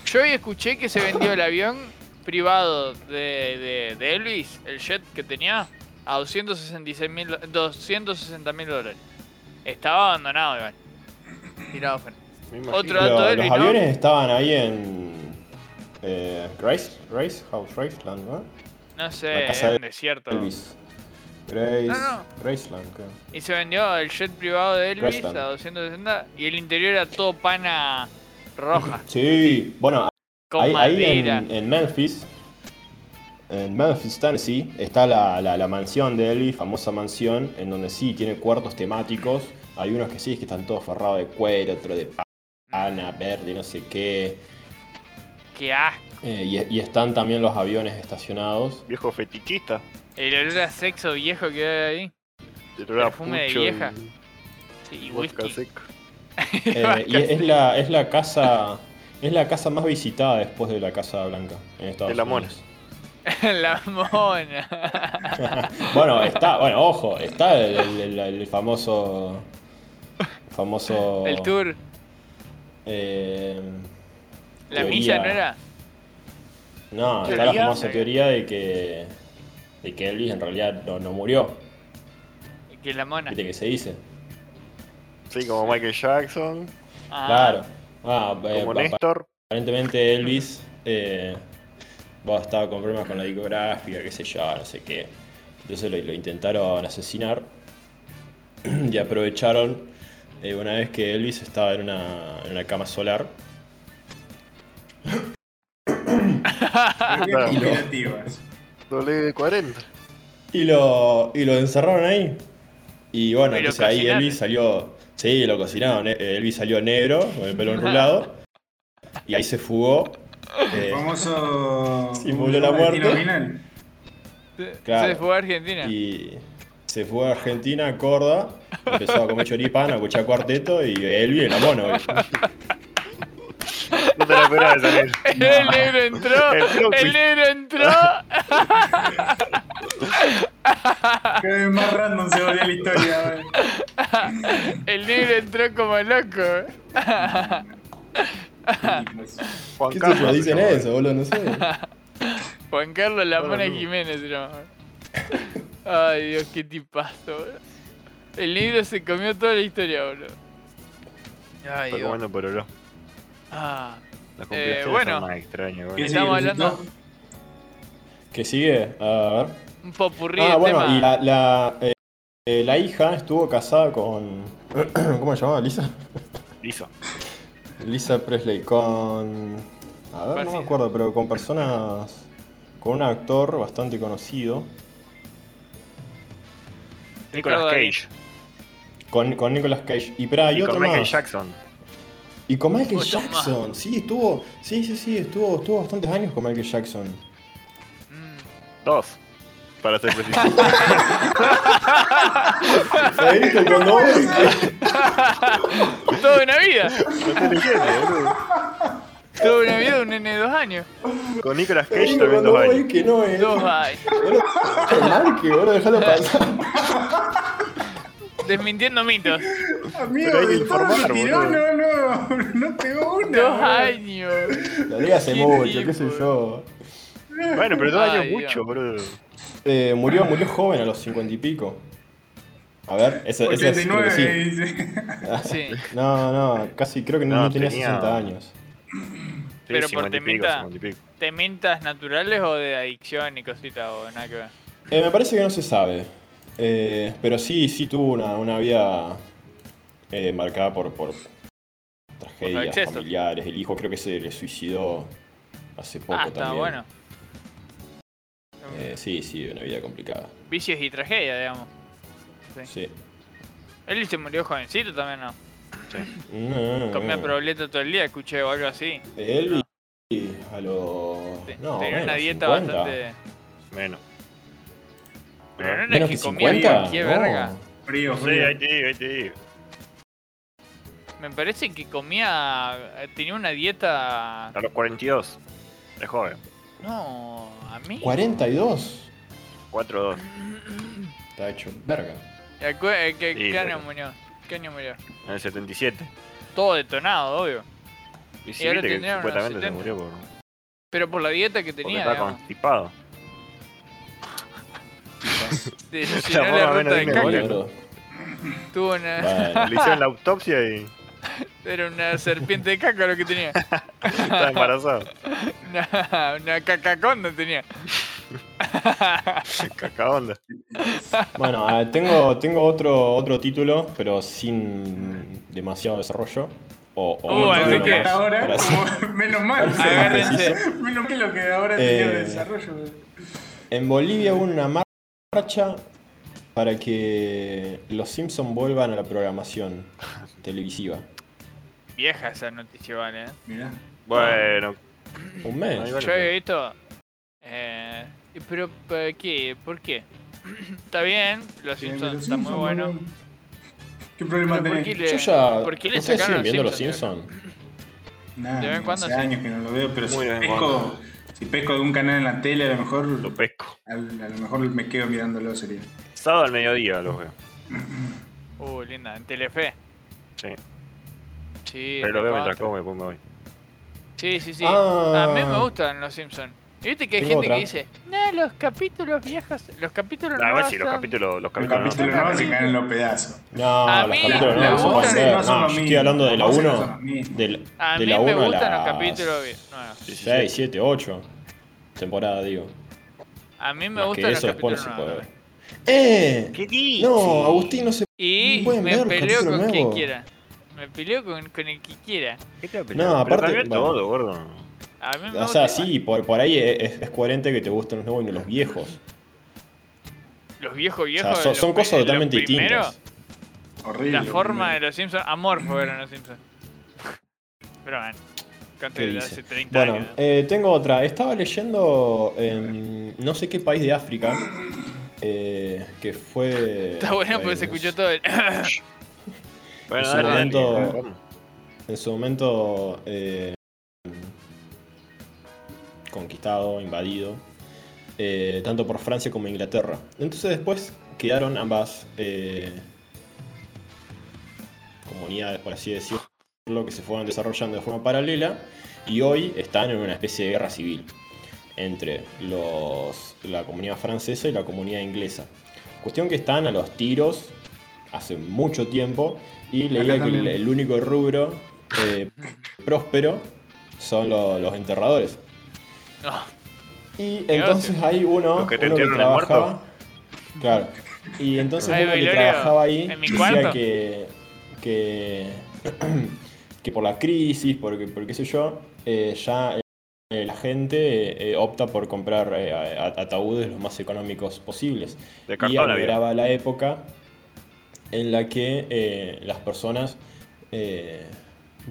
Speaker 3: Yo hoy escuché que se vendió el avión privado de, de, de Elvis, el jet que tenía, a 266 mil 260 mil dólares. Estaba abandonado, igual. Tirado afuera.
Speaker 2: Me imagino.
Speaker 3: Otro
Speaker 1: Lo-
Speaker 3: dato de
Speaker 1: los
Speaker 3: Elvis, ¿no?
Speaker 1: aviones estaban ahí en, Eh, Grace, Grace, House Graceland, ¿no?
Speaker 3: No
Speaker 1: La
Speaker 3: sé, es
Speaker 1: casa
Speaker 3: un
Speaker 1: de
Speaker 3: desierto.
Speaker 1: Elvis. Grace,
Speaker 3: No, no.
Speaker 1: Graceland, creo.
Speaker 3: Y se vendió el jet privado de Elvis
Speaker 1: Graceland.
Speaker 3: a 260 y el interior era todo pana roja,
Speaker 1: Sí, bueno,
Speaker 3: con
Speaker 1: ahí, ahí
Speaker 3: madera.
Speaker 1: en, en Memphis, en Memphis, Tennessee, está la, la- la mansión de Elvis, famosa mansión, en donde sí tiene cuartos temáticos. Hay unos que sí, que están todos forrados de cuero, otro de pana, verde, no sé qué.
Speaker 3: Qué asco.
Speaker 1: Eh, y, y están también los aviones
Speaker 2: *laughs*
Speaker 1: estacionados.
Speaker 2: Viejo fetichista.
Speaker 3: El olor a sexo viejo que hay ahí.
Speaker 2: Te lo da
Speaker 3: Perfume de
Speaker 2: pucho
Speaker 3: vieja.
Speaker 2: y
Speaker 3: Sí, y
Speaker 2: vodka
Speaker 3: whisky.
Speaker 2: seco.
Speaker 1: Eh, y es la, es la casa es la casa más visitada después de la Casa Blanca en Estados
Speaker 2: De la mona.
Speaker 1: Unidos.
Speaker 3: *laughs* La mona.
Speaker 1: Bueno, está, bueno, ojo, está el, el- el- el famoso famoso
Speaker 3: El tour.
Speaker 1: eh,
Speaker 3: La
Speaker 1: teoría-
Speaker 3: misa no era.
Speaker 1: No, está la
Speaker 2: ¿Teoría?
Speaker 1: famosa teoría de que de que Elvis en realidad no, no murió,
Speaker 3: Que la mona.
Speaker 1: viste que se dice.
Speaker 2: Sí, como Michael Jackson,
Speaker 3: Ah,
Speaker 1: Claro. Ah, eh,
Speaker 2: como
Speaker 1: pa-
Speaker 2: Néstor.
Speaker 1: Aparentemente Elvis eh, bueno, estaba con problemas con la discográfica, qué sé yo, no sé qué. Entonces lo, lo intentaron asesinar *clears throat* y aprovecharon eh, una vez que Elvis estaba en una, en una cama solar.
Speaker 2: Claro.
Speaker 4: Conspirativas.
Speaker 2: Doble 40.
Speaker 1: Y lo, y lo encerraron ahí. Y bueno,
Speaker 3: Y lo
Speaker 1: entonces ahí
Speaker 3: cocinaron.
Speaker 1: Elvis salió. Sí, lo cocinaron. eh, Elvis salió negro, con el pelo enrulado. Y ahí se fugó.
Speaker 4: El
Speaker 1: eh,
Speaker 4: famoso.
Speaker 1: Simuló la muerte.
Speaker 4: destino final.
Speaker 3: Se- Se
Speaker 1: claro.
Speaker 3: fue a Argentina.
Speaker 1: Y se fue a Argentina, a Córdoba, empezó a comer choripán, a escuchar cuarteto y Elvis en la mono. boludo.
Speaker 2: No te la esperabas salir.
Speaker 3: *laughs* El negro
Speaker 1: *laughs*
Speaker 3: entró.
Speaker 2: El plot
Speaker 3: El
Speaker 2: twist.
Speaker 3: negro entró.
Speaker 4: Cada vez más random se volvió la historia. ¿eh? güey.
Speaker 3: El negro entró como loco.
Speaker 2: Juan
Speaker 1: ¿Qué
Speaker 2: Carlos.
Speaker 1: se dicen
Speaker 2: se llama.
Speaker 1: eso, boludo? No sé.
Speaker 3: Juan Carlos La Mona
Speaker 2: Hola, amigo.
Speaker 3: Jiménez se llamaba. Ay, Dios, qué tipazo, boludo. El negro se comió toda la historia, boludo. Ay,
Speaker 2: Está
Speaker 3: Dios.
Speaker 2: comiendo pororó.
Speaker 3: Ah,
Speaker 2: Las
Speaker 3: Eh,
Speaker 2: compilaciones
Speaker 3: bueno.
Speaker 2: son más extrañas,
Speaker 4: ¿Qué
Speaker 2: boludo.
Speaker 4: sigue,
Speaker 3: Estamos hablando-
Speaker 4: Luisito?
Speaker 1: ¿Qué sigue? A ver.
Speaker 3: un popurrí
Speaker 1: Ah,
Speaker 3: de
Speaker 1: bueno,
Speaker 3: tema.
Speaker 1: y la, la, eh, eh, la hija estuvo casada con. *clears throat* ¿Cómo se llamaba? ¿Lisa?
Speaker 2: Liso.
Speaker 1: Lisa Presley, con. A ver, no me
Speaker 3: Parecido.
Speaker 1: acuerdo, pero con personas. Con un actor bastante conocido.
Speaker 2: Nicolas
Speaker 3: Ricardo
Speaker 2: Cage.
Speaker 1: Con, con Nicolas Cage. Y, pará, y
Speaker 2: Y
Speaker 1: otro
Speaker 2: con Michael
Speaker 1: más.
Speaker 2: Jackson.
Speaker 1: Y con Michael
Speaker 3: Otro más.
Speaker 1: Jackson, sí, estuvo, sí, sí, sí, estuvo, estuvo bastantes años con Michael Jackson.
Speaker 3: Mm.
Speaker 2: Dos. Para ser preciso. *laughs*
Speaker 1: Federico, cuando vos-
Speaker 3: Toda una vida.
Speaker 2: no te lo entiendo, boludo.
Speaker 3: Toda una vida de un nene de dos años.
Speaker 2: ¿eh? Con Nicolas Cage
Speaker 1: Federico,
Speaker 2: también
Speaker 1: cuando
Speaker 2: dos
Speaker 1: vos
Speaker 2: años.
Speaker 1: ves que no es.
Speaker 3: Dos años.
Speaker 1: Boludo, Marque, boludo, dejalo pasar.
Speaker 3: Desmintiendo mitos.
Speaker 4: Amigo,
Speaker 2: Pero hay que
Speaker 4: de todo
Speaker 2: informar,
Speaker 4: lo tiró,
Speaker 2: boludo.
Speaker 4: no, no, no pegó una.
Speaker 3: Dos
Speaker 4: boludo.
Speaker 3: años.
Speaker 1: La liga hace
Speaker 3: Qué
Speaker 1: mucho, qué sé
Speaker 3: tipo.
Speaker 1: yo.
Speaker 2: Bueno, pero dos
Speaker 3: Ay,
Speaker 2: años es
Speaker 3: Dios.
Speaker 2: mucho, boludo.
Speaker 1: Eh, murió, murió joven a los cincuenta y pico. A ver, ese, ese es creo que
Speaker 4: 89,
Speaker 1: sí.
Speaker 4: dice. *laughs*
Speaker 3: Sí.
Speaker 1: No, no, casi creo que no,
Speaker 2: No,
Speaker 1: no tenía,
Speaker 2: tenía-
Speaker 1: 60 años.
Speaker 2: Sí,
Speaker 3: Pero por
Speaker 2: 50 y pico,
Speaker 3: temita.
Speaker 2: 50 y pico.
Speaker 3: ¿Te mintas naturales o de adicción y cositas o nada que ver?
Speaker 1: Eh, me parece que no se sabe. Eh, pero sí, sí tuvo una, una vida eh, marcada por, por tragedias
Speaker 3: excesos.
Speaker 1: familiares. El hijo creo que se le suicidó hace poco
Speaker 3: Ah, está
Speaker 1: también.
Speaker 3: bueno.
Speaker 1: Eh, sí, sí, una vida complicada.
Speaker 3: Vicios y tragedia, digamos.
Speaker 1: Sí.
Speaker 3: Él se murió jovencito también, ¿no?
Speaker 1: No, no, no.
Speaker 2: Oh.
Speaker 3: Comía proboleta todo el día, escuché o algo así.
Speaker 1: Él y a los.
Speaker 3: Te-
Speaker 1: No,
Speaker 3: tenía
Speaker 1: menos,
Speaker 3: una dieta
Speaker 1: 50.
Speaker 3: bastante.
Speaker 2: Menos.
Speaker 3: Pero no,
Speaker 2: Menos.
Speaker 3: no
Speaker 1: ¿Menos
Speaker 3: es
Speaker 1: que
Speaker 3: que comía
Speaker 1: 50?
Speaker 3: cualquier
Speaker 1: No.
Speaker 3: verga.
Speaker 4: Frío,
Speaker 2: Sí, ahí
Speaker 4: frío.
Speaker 2: te digo, ahí te digo.
Speaker 3: Me parece que comía. eh, Tenía una dieta.
Speaker 2: A los 42. Es joven.
Speaker 3: No, a mí.
Speaker 1: 42.
Speaker 2: 4-2.
Speaker 1: Está hecho verga.
Speaker 3: Eh, cu- eh, ¿Qué,
Speaker 2: Sí,
Speaker 3: qué año
Speaker 2: pero-
Speaker 3: murió? ¿Qué año murió?
Speaker 2: En el 77.
Speaker 3: Todo detonado, obvio.
Speaker 2: Y
Speaker 3: Y
Speaker 2: si
Speaker 3: ahora
Speaker 2: viste que
Speaker 3: tendría unos
Speaker 2: supuestamente se
Speaker 3: 70.
Speaker 2: murió por,
Speaker 3: Pero por la dieta que
Speaker 2: porque
Speaker 3: tenía.
Speaker 2: estaba
Speaker 3: digamos.
Speaker 2: constipado.
Speaker 3: Se
Speaker 2: La *laughs* forma
Speaker 3: llenó la
Speaker 2: menos
Speaker 3: ruta de
Speaker 2: digna
Speaker 1: Bueno,
Speaker 2: Caca. de
Speaker 3: caca.
Speaker 1: boludo.
Speaker 3: Tuvo una.
Speaker 1: Bueno.
Speaker 2: Le hicieron la autopsia y
Speaker 3: Era una serpiente de caca lo que tenía. *laughs*
Speaker 2: Está embarazado.
Speaker 3: Una, una cacaconda tenía.
Speaker 2: Caca onda.
Speaker 1: Bueno, eh, tengo, tengo otro, otro título, pero sin demasiado desarrollo. O, o
Speaker 3: Uh,
Speaker 1: un
Speaker 3: así
Speaker 1: título
Speaker 3: que
Speaker 1: nomás,
Speaker 4: ahora,
Speaker 1: para ser-
Speaker 4: como- *laughs* menos mal.
Speaker 1: para ser más
Speaker 3: *laughs* Agárrense.
Speaker 1: preciso.
Speaker 4: *laughs* Menos que lo que ahora
Speaker 1: Eh.
Speaker 4: tenía de desarrollo.
Speaker 1: En Bolivia hubo una mar- marcha para que los Simpsons vuelvan a la programación televisiva.
Speaker 3: Vieja esa noticia, vale. ¿eh?
Speaker 4: Mirá.
Speaker 2: Bueno,
Speaker 1: Un
Speaker 2: Ahí
Speaker 1: mes.
Speaker 2: va.
Speaker 3: Yo había visto. eh, y pero, ¿pa- ¿qué? ¿Por qué? *clears throat* está bien, los
Speaker 4: Eh, Sí,
Speaker 3: Simpsons
Speaker 4: los
Speaker 3: está muy
Speaker 4: Simpsons,
Speaker 3: bueno.
Speaker 4: boludo. ¿Qué problema
Speaker 3: Pero ¿por qué
Speaker 4: tenés?
Speaker 3: le,
Speaker 1: Yo ya.
Speaker 3: ¿por qué le
Speaker 1: ¿Ustedes
Speaker 3: sacaron
Speaker 1: siguen
Speaker 3: eh?
Speaker 1: viendo los
Speaker 3: Simpsons?
Speaker 1: Simpsons?
Speaker 4: Nada,
Speaker 3: De vez en
Speaker 4: hace
Speaker 3: cuando sí.
Speaker 4: años que no lo veo, pero si
Speaker 2: Muy de vez en
Speaker 4: pesco,
Speaker 2: cuando.
Speaker 4: si pesco de un canal en la tele, a lo mejor,
Speaker 2: lo pesco.
Speaker 4: a, a lo mejor me quedo mirándolo sería.
Speaker 2: Sábado al mediodía los veo.
Speaker 3: Uh, linda, en Telefe.
Speaker 2: Sí.
Speaker 3: Sí,
Speaker 2: Pero lo veo
Speaker 3: recontra.
Speaker 2: mientras como me pongo hoy.
Speaker 3: Sí, sí, sí.
Speaker 1: Ah.
Speaker 3: A mí me gustan los Simpsons. Y viste que hay
Speaker 1: Tengo
Speaker 3: gente
Speaker 1: otra.
Speaker 3: que dice, no, los capítulos viejos, los capítulos
Speaker 2: Ah, igual
Speaker 3: nuevos
Speaker 2: sí, los
Speaker 3: son-
Speaker 2: capítulos, los
Speaker 4: Los
Speaker 2: capítulos no.
Speaker 4: capítulos nuevos se caen en los pedazos.
Speaker 1: No,
Speaker 3: A
Speaker 1: los
Speaker 3: mí
Speaker 1: capítulos
Speaker 3: la-
Speaker 1: no,
Speaker 3: la
Speaker 1: son
Speaker 3: voz
Speaker 1: para
Speaker 3: de-
Speaker 1: ver,
Speaker 4: no son
Speaker 1: no,
Speaker 4: lo
Speaker 1: yo estoy
Speaker 4: mismo,
Speaker 1: hablando de la
Speaker 4: la voz de
Speaker 1: 1.
Speaker 4: no son lo mismo.
Speaker 1: del-
Speaker 3: A
Speaker 1: de
Speaker 3: mí
Speaker 1: la
Speaker 3: me
Speaker 1: 1 a
Speaker 3: gustan
Speaker 1: la
Speaker 3: los capítulos vie- nuevos.
Speaker 1: 6, 7, 8. Temporada, digo.
Speaker 3: A mí me
Speaker 1: Más que
Speaker 3: gustan los
Speaker 1: eso después no
Speaker 3: capítulos
Speaker 1: se
Speaker 3: nuevos.
Speaker 1: puede ver. ¡Eh!
Speaker 2: ¿Qué dices?
Speaker 1: No, Agustín no se.
Speaker 3: Y
Speaker 1: Pueden ver
Speaker 3: me
Speaker 1: los
Speaker 3: peleo
Speaker 1: capítulos
Speaker 3: con quien
Speaker 1: nuevos.
Speaker 3: quiera. Me peleo con, con el que quiera.
Speaker 2: ¿Qué te va a
Speaker 1: No,
Speaker 2: Pero
Speaker 1: aparte-
Speaker 2: cambió
Speaker 1: bueno.
Speaker 2: todo, gordo.
Speaker 3: A mí me
Speaker 1: O sea,
Speaker 3: gustan
Speaker 1: sí, por, por ahí es, es coherente que te gusten los nuevos y no los viejos.
Speaker 3: los viejos
Speaker 1: O
Speaker 3: viejos.
Speaker 1: sea, son,
Speaker 3: los
Speaker 1: son
Speaker 3: pri-
Speaker 1: cosas
Speaker 3: los
Speaker 1: totalmente
Speaker 3: primero,
Speaker 1: distintas.
Speaker 4: Horrible.
Speaker 3: La forma de
Speaker 4: boludo.
Speaker 3: los Simpsons, amorfo eran los Simpsons. *laughs* Pero bueno, canto
Speaker 1: ¿Qué
Speaker 3: de
Speaker 1: dice?
Speaker 3: hace 30
Speaker 1: Bueno,
Speaker 3: años.
Speaker 1: eh, tengo otra. Estaba leyendo en no sé qué país de África. eh, que fue.
Speaker 3: *laughs* Está bueno porque se
Speaker 1: en-
Speaker 3: escuchó todo el. *laughs*
Speaker 2: Bueno,
Speaker 1: su
Speaker 2: dale, dale,
Speaker 1: momento-
Speaker 2: dale, vamos.
Speaker 1: En su momento. eh, conquistado, invadido. eh, tanto por Francia como Inglaterra. Entonces, después quedaron ambas. eh, comunidades, por así decirlo, que se fueron desarrollando de forma paralela y hoy están en una especie de guerra civil entre los, la comunidad francesa y la comunidad inglesa. Cuestión que están a los tiros hace mucho tiempo y leía que el,
Speaker 4: también.
Speaker 1: el único rubro eh, próspero son lo- los enterradores.
Speaker 3: No.
Speaker 1: Y
Speaker 3: Qué
Speaker 1: entonces hay uno,
Speaker 2: Los que te
Speaker 1: uno que
Speaker 2: entierran al muerto.
Speaker 1: trabajaba. Claro. Y entonces
Speaker 3: Ay,
Speaker 1: uno que
Speaker 3: Velorio,
Speaker 1: trabajaba ahí
Speaker 3: en mi
Speaker 1: decía
Speaker 3: cuarto.
Speaker 1: que, que. *clears throat* que por la crisis, porque por qué sé yo, eh, ya eh, la gente eh, opta por comprar eh, a- a- ataúdes los más económicos posibles.
Speaker 2: De
Speaker 1: Y
Speaker 2: cartón había.
Speaker 1: añoraba la época en la que eh, las personas eh,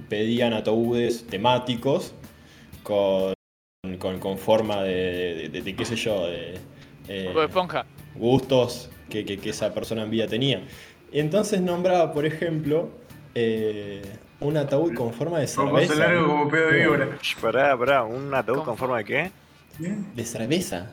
Speaker 1: pedían ataúdes temáticos con, con, con forma de, de- de- de qué sé yo, de eh,
Speaker 3: Bob Esponja.
Speaker 1: gustos que, que- que esa persona en vida tenía. Entonces nombraba, por ejemplo, eh, un ataúd con forma de
Speaker 4: Como paso
Speaker 1: cerveza.
Speaker 4: largo como pedo de víbora.
Speaker 2: Sh, Pará, pará, ¿un ataúd
Speaker 3: ¿Cómo?
Speaker 2: con forma de qué?
Speaker 4: Bien.
Speaker 1: ¿De cerveza?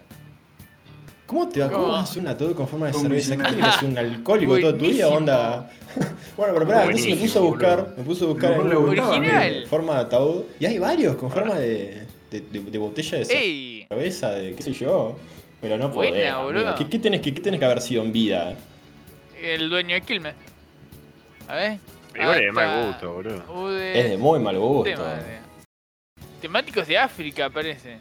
Speaker 1: ¿Cómo te va?
Speaker 3: ¿Cómo?
Speaker 1: ¿Cómo
Speaker 2: Oh.
Speaker 1: vas a hacer un ataúd con forma de
Speaker 4: Con
Speaker 1: cerveza? ¿Qué
Speaker 4: millonario.
Speaker 1: te crees, un alcohólico toda tu vida?
Speaker 3: Buenísimo.
Speaker 1: Onda. *laughs* bueno, pero pará, entonces me
Speaker 2: Buenísimo,
Speaker 1: puse a buscar,
Speaker 2: boludo.
Speaker 1: me puse a buscar
Speaker 4: No,
Speaker 1: en
Speaker 4: le
Speaker 1: Google
Speaker 4: gustaba, eh.
Speaker 3: Original.
Speaker 1: de forma de ataúd. Y hay varios con forma de, de, de- de botella de
Speaker 3: ¡Ey!
Speaker 1: cerveza, de qué sé yo. Pero no
Speaker 3: Buena,
Speaker 1: podés.
Speaker 3: boludo. Eh,
Speaker 1: amigo. ¿Qué, qué tenés que, ¿Qué tenés que haber sido en vida?
Speaker 3: El dueño de Quilmes. A ver.
Speaker 2: Igual es de mal
Speaker 3: Hasta
Speaker 2: gusto, boludo.
Speaker 3: Ude-
Speaker 1: Es de muy mal gusto.
Speaker 3: Tema de- Temáticos de África, parece.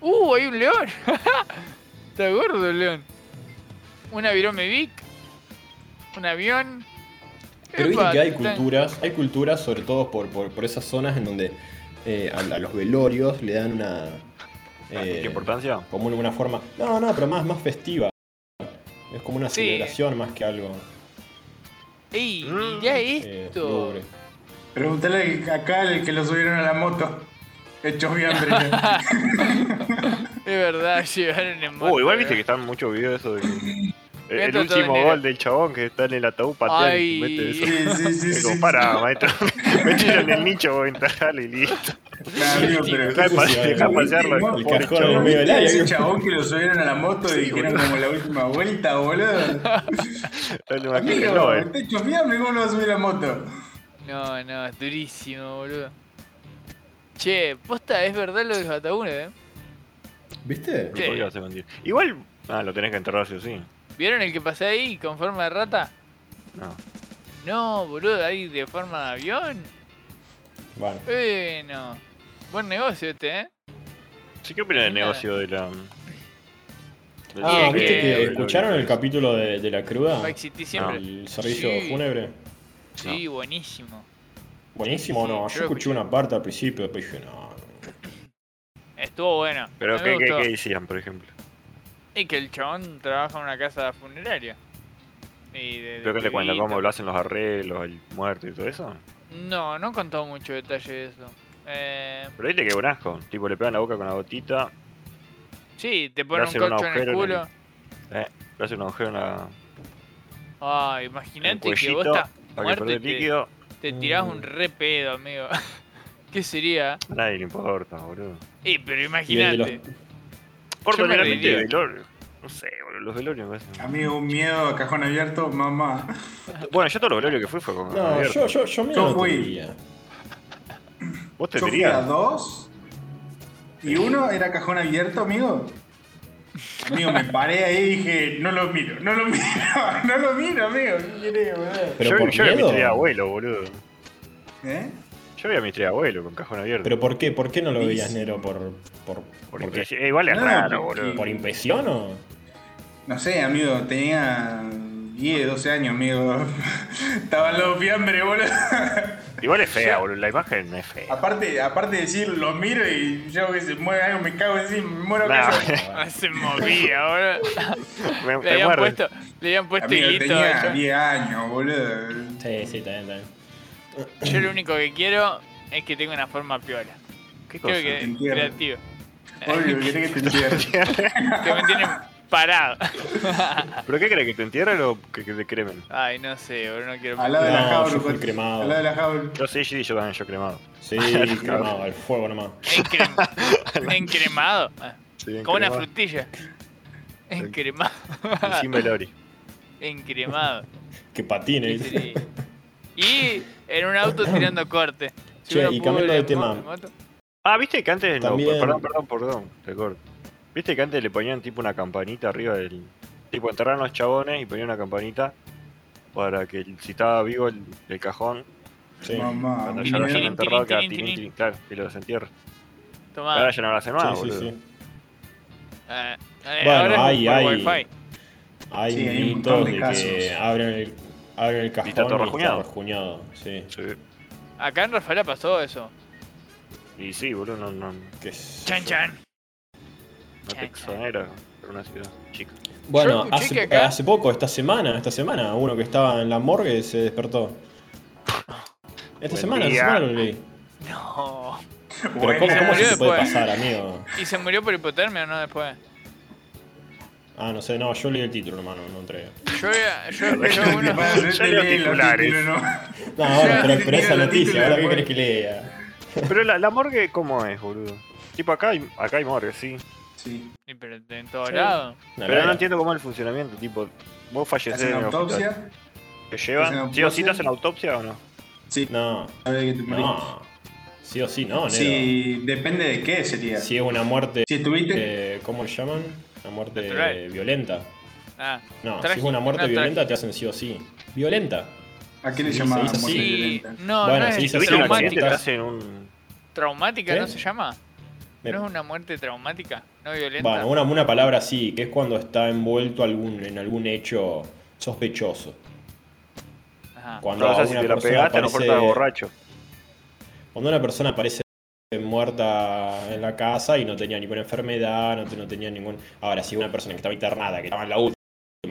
Speaker 3: ¡Uh! Hay un león. *laughs* Está gordo el león. Una viromevic. Un avión.
Speaker 1: Pero viste
Speaker 3: Epa,
Speaker 1: que hay
Speaker 3: está-
Speaker 1: culturas, hay culturas sobre todo por, por, por esas zonas en donde eh, a, a los velorios le dan una. eh,
Speaker 2: Ah, ¿Qué importancia?
Speaker 1: como una forma. No, no, pero más, más festiva. Es como una
Speaker 3: Sí.
Speaker 1: celebración más que algo.
Speaker 3: ¡Ey!
Speaker 2: Mm.
Speaker 3: Mirá
Speaker 1: eh,
Speaker 3: esto.
Speaker 1: lúgubre.
Speaker 4: Preguntale acá al que lo subieron a la moto. Hechos
Speaker 3: *laughs*
Speaker 4: bien,
Speaker 3: es verdad, *laughs* llegaron en moto.
Speaker 2: Uh, igual viste que
Speaker 3: ¿verdad?
Speaker 2: están muchos videos de eso de que- El, el
Speaker 3: Meto eh. todo
Speaker 2: último
Speaker 3: en el-
Speaker 2: gol del chabón que está en el ataúd pateando y
Speaker 3: Ay.
Speaker 2: mete eso.
Speaker 4: Sí, sí, sí.
Speaker 2: Es
Speaker 4: sí,
Speaker 2: como,
Speaker 4: sí.
Speaker 2: para, maestro. *laughs* Mételo en el nicho, vos entrale y listo.
Speaker 4: Nah, *laughs* amigo, pero-
Speaker 2: Dejá de pa-
Speaker 1: sucio,
Speaker 2: dejá
Speaker 1: eh.
Speaker 2: pasearlo.
Speaker 4: No,
Speaker 1: El
Speaker 2: pobre
Speaker 1: cajón
Speaker 2: chabón.
Speaker 1: en medio del área.
Speaker 4: Ese chabón que lo subieron a la moto y dijeron como la última vuelta, boludo.
Speaker 2: Dale, imagínate,
Speaker 4: Amigo,
Speaker 2: no, eh.
Speaker 4: está hecho fiambre, ¿cómo no va a subir la moto?
Speaker 3: No, no, es durísimo, boludo. Che, posta, es verdad lo de los ataúdes, ¿eh?
Speaker 1: ¿Viste?
Speaker 2: No podía hacer mentir. Igual, ah, lo tenés que enterrar sí o sí.
Speaker 3: ¿Vieron el que pasé ahí con forma de rata?
Speaker 2: No.
Speaker 3: No, boludo, ahí de forma de avión.
Speaker 1: Bueno,
Speaker 3: Bueno, buen negocio este, ¿eh?
Speaker 2: Sí, ¿qué opinas del
Speaker 3: Mira.
Speaker 2: negocio de la. mm, del
Speaker 1: Ah,
Speaker 3: Sí,
Speaker 2: servicio
Speaker 1: ¿viste
Speaker 3: que-
Speaker 1: que
Speaker 2: fúnebre?
Speaker 1: escucharon el capítulo de, de la cruda?
Speaker 3: Va a existir siempre.
Speaker 1: El servicio
Speaker 3: Sí.
Speaker 1: fúnebre.
Speaker 3: Sí, buenísimo.
Speaker 1: Buenísimo,
Speaker 3: Sí,
Speaker 1: no.
Speaker 3: creo
Speaker 1: Yo escuché
Speaker 3: que-
Speaker 1: una parte al principio, pero dije, no.
Speaker 3: Estuvo bueno.
Speaker 2: Pero,
Speaker 3: me
Speaker 2: ¿qué, qué,
Speaker 3: gustó.
Speaker 2: qué decían, por ejemplo?
Speaker 3: Y que el chabón trabaja en una casa funeraria. Y de, de
Speaker 2: ¿Pero qué te cuentan?
Speaker 3: pibito.
Speaker 2: ¿Cómo lo hacen los arreglos, el muerto y todo eso?
Speaker 3: No, no contó mucho detalle de eso. Eh,
Speaker 2: Pero ahí te queda un asco. Tipo, le pegan la boca con la gotita,
Speaker 3: sí, te pone un
Speaker 2: hacen un
Speaker 3: colcho en el
Speaker 2: agujero en
Speaker 3: culo.
Speaker 2: el- Eh, le hacen un agujero en, la,
Speaker 3: Ah,
Speaker 2: en el
Speaker 3: imagínate que
Speaker 2: cuellito
Speaker 3: vos estás
Speaker 2: para que
Speaker 3: muerto
Speaker 2: pierda
Speaker 3: y
Speaker 2: el
Speaker 3: te,
Speaker 2: líquido. Mm.
Speaker 3: te tirás un re pedo, amigo. *laughs* ¿Qué sería?
Speaker 2: A nadie le importa, boludo.
Speaker 3: Eh, pero
Speaker 1: Y el de los- *laughs*
Speaker 3: imagínate.
Speaker 2: Por
Speaker 3: Yo me
Speaker 2: generalmente
Speaker 3: reiría.
Speaker 2: velorio. No sé, boludo, los velorios me hacen-
Speaker 4: Amigo, un miedo a cajón abierto, mamá.
Speaker 2: Bueno, yo todos los velorios que fui fue con.
Speaker 1: No, yo,
Speaker 2: abierto.
Speaker 1: yo, yo me
Speaker 4: Yo
Speaker 1: lo
Speaker 4: fui.
Speaker 1: tenía.
Speaker 2: ¿Vos te
Speaker 4: Yo fui a
Speaker 2: dirías?
Speaker 4: dos y uno era cajón abierto, amigo. Amigo, me paré ahí y dije, no lo miro, no lo miro, *laughs* no lo miro, amigo. ¿Qué querés, boludo?
Speaker 1: Pero
Speaker 2: yo
Speaker 1: por
Speaker 2: yo
Speaker 1: miedo.
Speaker 2: vi a mi abuelo, boludo.
Speaker 4: ¿Eh?
Speaker 2: Yo vi a mi tres abuelo con cajón abierto.
Speaker 1: ¿Pero por qué? ¿Por qué no lo
Speaker 4: Sí,
Speaker 1: veías,
Speaker 4: sí.
Speaker 1: Nero? ¿Por, por, por,
Speaker 2: Por
Speaker 1: qué?
Speaker 2: impresión- eh, igual es
Speaker 4: No,
Speaker 2: raro,
Speaker 4: porque-
Speaker 2: boludo.
Speaker 1: ¿Por impresión o...?
Speaker 4: No sé, amigo, tenía 10, 12 años, amigo. *laughs* Estaban los fiambres, boludo. *laughs*
Speaker 2: Igual es fea, boludo. La imagen es fea.
Speaker 4: Aparte, aparte de decir, lo miro y yo que se mueve algo, me cago encima, me muero
Speaker 2: Nah,
Speaker 4: casi.
Speaker 2: *laughs*
Speaker 3: Ah, Se movía, boludo.
Speaker 2: me,
Speaker 3: Le
Speaker 2: te
Speaker 3: habían
Speaker 2: muerde.
Speaker 3: puesto, le habían puesto
Speaker 4: Amigo,
Speaker 3: hilito.
Speaker 4: tenía
Speaker 3: Yo,
Speaker 4: 10 años, boludo.
Speaker 1: Sí, sí, también, también.
Speaker 3: yo lo único que quiero es que tenga una forma piola.
Speaker 2: ¿Qué cosa?
Speaker 3: Creo que
Speaker 4: Entiendo.
Speaker 3: creativo.
Speaker 4: Obvio, querés que te
Speaker 1: *laughs*
Speaker 4: entierre.
Speaker 3: Que me tienen parado.
Speaker 2: ¿Pero qué crees? ¿Que te entierren o que, que te cremen?
Speaker 3: Ay, no sé, boludo, no quiero
Speaker 4: Al lado de la
Speaker 1: No,
Speaker 4: jaula.
Speaker 1: yo fui
Speaker 4: con-
Speaker 1: cremado.
Speaker 4: Al lado de la jaula.
Speaker 2: Yo sí, sí, yo también, yo
Speaker 3: *laughs*
Speaker 2: cremado.
Speaker 1: Sí, cremado, el fuego nomás.
Speaker 3: Encrem- Encremado. Ah,
Speaker 2: Sí,
Speaker 3: Como una
Speaker 2: cremado.
Speaker 3: frutilla. Encremado.
Speaker 2: Y sin velori.
Speaker 3: *laughs* Encremado.
Speaker 1: Que patine.
Speaker 3: ¿Qué
Speaker 1: ¿viste?
Speaker 3: sería? Y en un auto tirando corte.
Speaker 1: Che,
Speaker 3: uno
Speaker 1: y
Speaker 3: pudo
Speaker 1: cambiando de
Speaker 3: en
Speaker 1: tema.
Speaker 3: moto, en moto.
Speaker 2: Ah, viste que antes. no,
Speaker 1: También-
Speaker 2: perdón, perdón, perdón. Te corto. Viste que antes le ponían tipo una campanita arriba del. Tipo, enterraron los chabones y ponían una campanita para que el- si estaba vivo el, el cajón,
Speaker 1: Sí.
Speaker 4: Mamá.
Speaker 2: cuando ya
Speaker 4: mira.
Speaker 2: lo hayan
Speaker 3: tirín,
Speaker 2: enterrado,
Speaker 3: tirín,
Speaker 2: que
Speaker 3: tirín, tirín.
Speaker 2: claro, que lo desentierren.
Speaker 3: Tomá.
Speaker 2: Ahora ya no lo hacen más,
Speaker 1: Sí, sí,
Speaker 2: boludo.
Speaker 1: sí.
Speaker 3: Ah, eh,
Speaker 1: Bueno,
Speaker 3: ahora es
Speaker 1: hay-
Speaker 3: por
Speaker 1: hay-
Speaker 3: Wi-Fi.
Speaker 1: Hay
Speaker 4: Sí, hay un
Speaker 1: mitos
Speaker 4: montón de
Speaker 1: de que
Speaker 4: casos.
Speaker 1: abren el, abren el cajón
Speaker 2: está todo rajuñado.
Speaker 1: rajuñado, sí.
Speaker 2: Sí.
Speaker 3: Acá en Rafaela pasó eso.
Speaker 2: Y sí, boludo, no, no, no
Speaker 1: Qué sé
Speaker 3: Chan
Speaker 1: yo.
Speaker 3: chan.
Speaker 2: te exonera por una ciudad chica.
Speaker 1: Bueno,
Speaker 3: Yo escuché
Speaker 1: hace,
Speaker 3: que acá-
Speaker 1: hace poco, esta semana, esta semana, uno que estaba en la morgue se despertó. Esta
Speaker 2: Buen
Speaker 1: semana,
Speaker 2: día.
Speaker 1: esta semana lo leí.
Speaker 3: No.
Speaker 1: Pero ¿cómo,
Speaker 4: Buena.
Speaker 1: cómo se
Speaker 3: murió
Speaker 1: te puede
Speaker 3: después.
Speaker 1: pasar, amigo?
Speaker 3: ¿Y se murió por hipotermia o no después?
Speaker 1: Ah, no sé, no, yo leí el título, hermano, no entregué.
Speaker 3: Yo, yo, yo,
Speaker 1: *laughs*
Speaker 4: Yo
Speaker 3: uno-
Speaker 4: te-
Speaker 2: Yo
Speaker 4: te
Speaker 2: leo
Speaker 4: leí los
Speaker 2: titulares.
Speaker 4: títulos, ¿no?
Speaker 1: No, bueno,
Speaker 3: Ya,
Speaker 1: pero,
Speaker 4: sí,
Speaker 1: pero esa
Speaker 4: mira la
Speaker 1: noticia,
Speaker 4: título,
Speaker 1: ahora qué
Speaker 4: bueno.
Speaker 1: crees que lea.
Speaker 2: Pero la, la morgue, ¿cómo es, boludo? Tipo, acá hay, acá hay morgue, sí.
Speaker 4: Sí.
Speaker 3: Y pero en todos lados.
Speaker 1: Una
Speaker 2: Pero no
Speaker 1: lata.
Speaker 2: entiendo cómo es el funcionamiento. Tipo, vos fallecés
Speaker 4: Hacen
Speaker 2: en el hospital.
Speaker 4: autopsia.
Speaker 2: ¿Te
Speaker 4: hacen
Speaker 2: llevan?
Speaker 4: autopsia.
Speaker 2: ¿Sí o sí te hacen autopsia o no?
Speaker 4: Sí.
Speaker 1: No,
Speaker 4: A ver que te morís.
Speaker 1: no. Sí o sí, no, Nero.
Speaker 4: Sí, depende de qué sería.
Speaker 1: Si es una muerte,
Speaker 4: Si estuviste.
Speaker 1: eh, ¿cómo le llaman? Una muerte
Speaker 3: Natural.
Speaker 1: violenta.
Speaker 3: Ah,
Speaker 1: No, si es
Speaker 3: Trágica,
Speaker 1: una muerte
Speaker 3: no,
Speaker 1: violenta, te hacen sí o sí. Violenta.
Speaker 4: ¿A qué le
Speaker 1: sí,
Speaker 4: llamaban
Speaker 1: se hizo
Speaker 4: muerte
Speaker 1: así.
Speaker 3: sí.
Speaker 4: violenta?
Speaker 3: No,
Speaker 1: Bueno,
Speaker 3: no
Speaker 1: sí,
Speaker 3: es
Speaker 1: se hizo
Speaker 2: ¿Tuviste un accidente? Te
Speaker 3: traumática.
Speaker 2: hacen un.
Speaker 3: ¿Traumática
Speaker 1: ¿Qué?
Speaker 3: no se llama?
Speaker 1: Me-
Speaker 3: ¿No es una muerte traumática? ¿No violenta?
Speaker 1: Bueno, una, una palabra así, que es cuando está envuelto algún, en algún hecho sospechoso.
Speaker 3: Ajá.
Speaker 1: Cuando,
Speaker 2: No, o sea, si
Speaker 1: una
Speaker 2: te la
Speaker 1: persona
Speaker 2: pegaste, a lo mejor
Speaker 1: aparece-
Speaker 2: estabas borracho.
Speaker 1: cuando una persona aparece muerta en la casa y no tenía ninguna enfermedad, no, te- no tenía ningún... Ahora, si una persona que estaba internada, que estaba en la última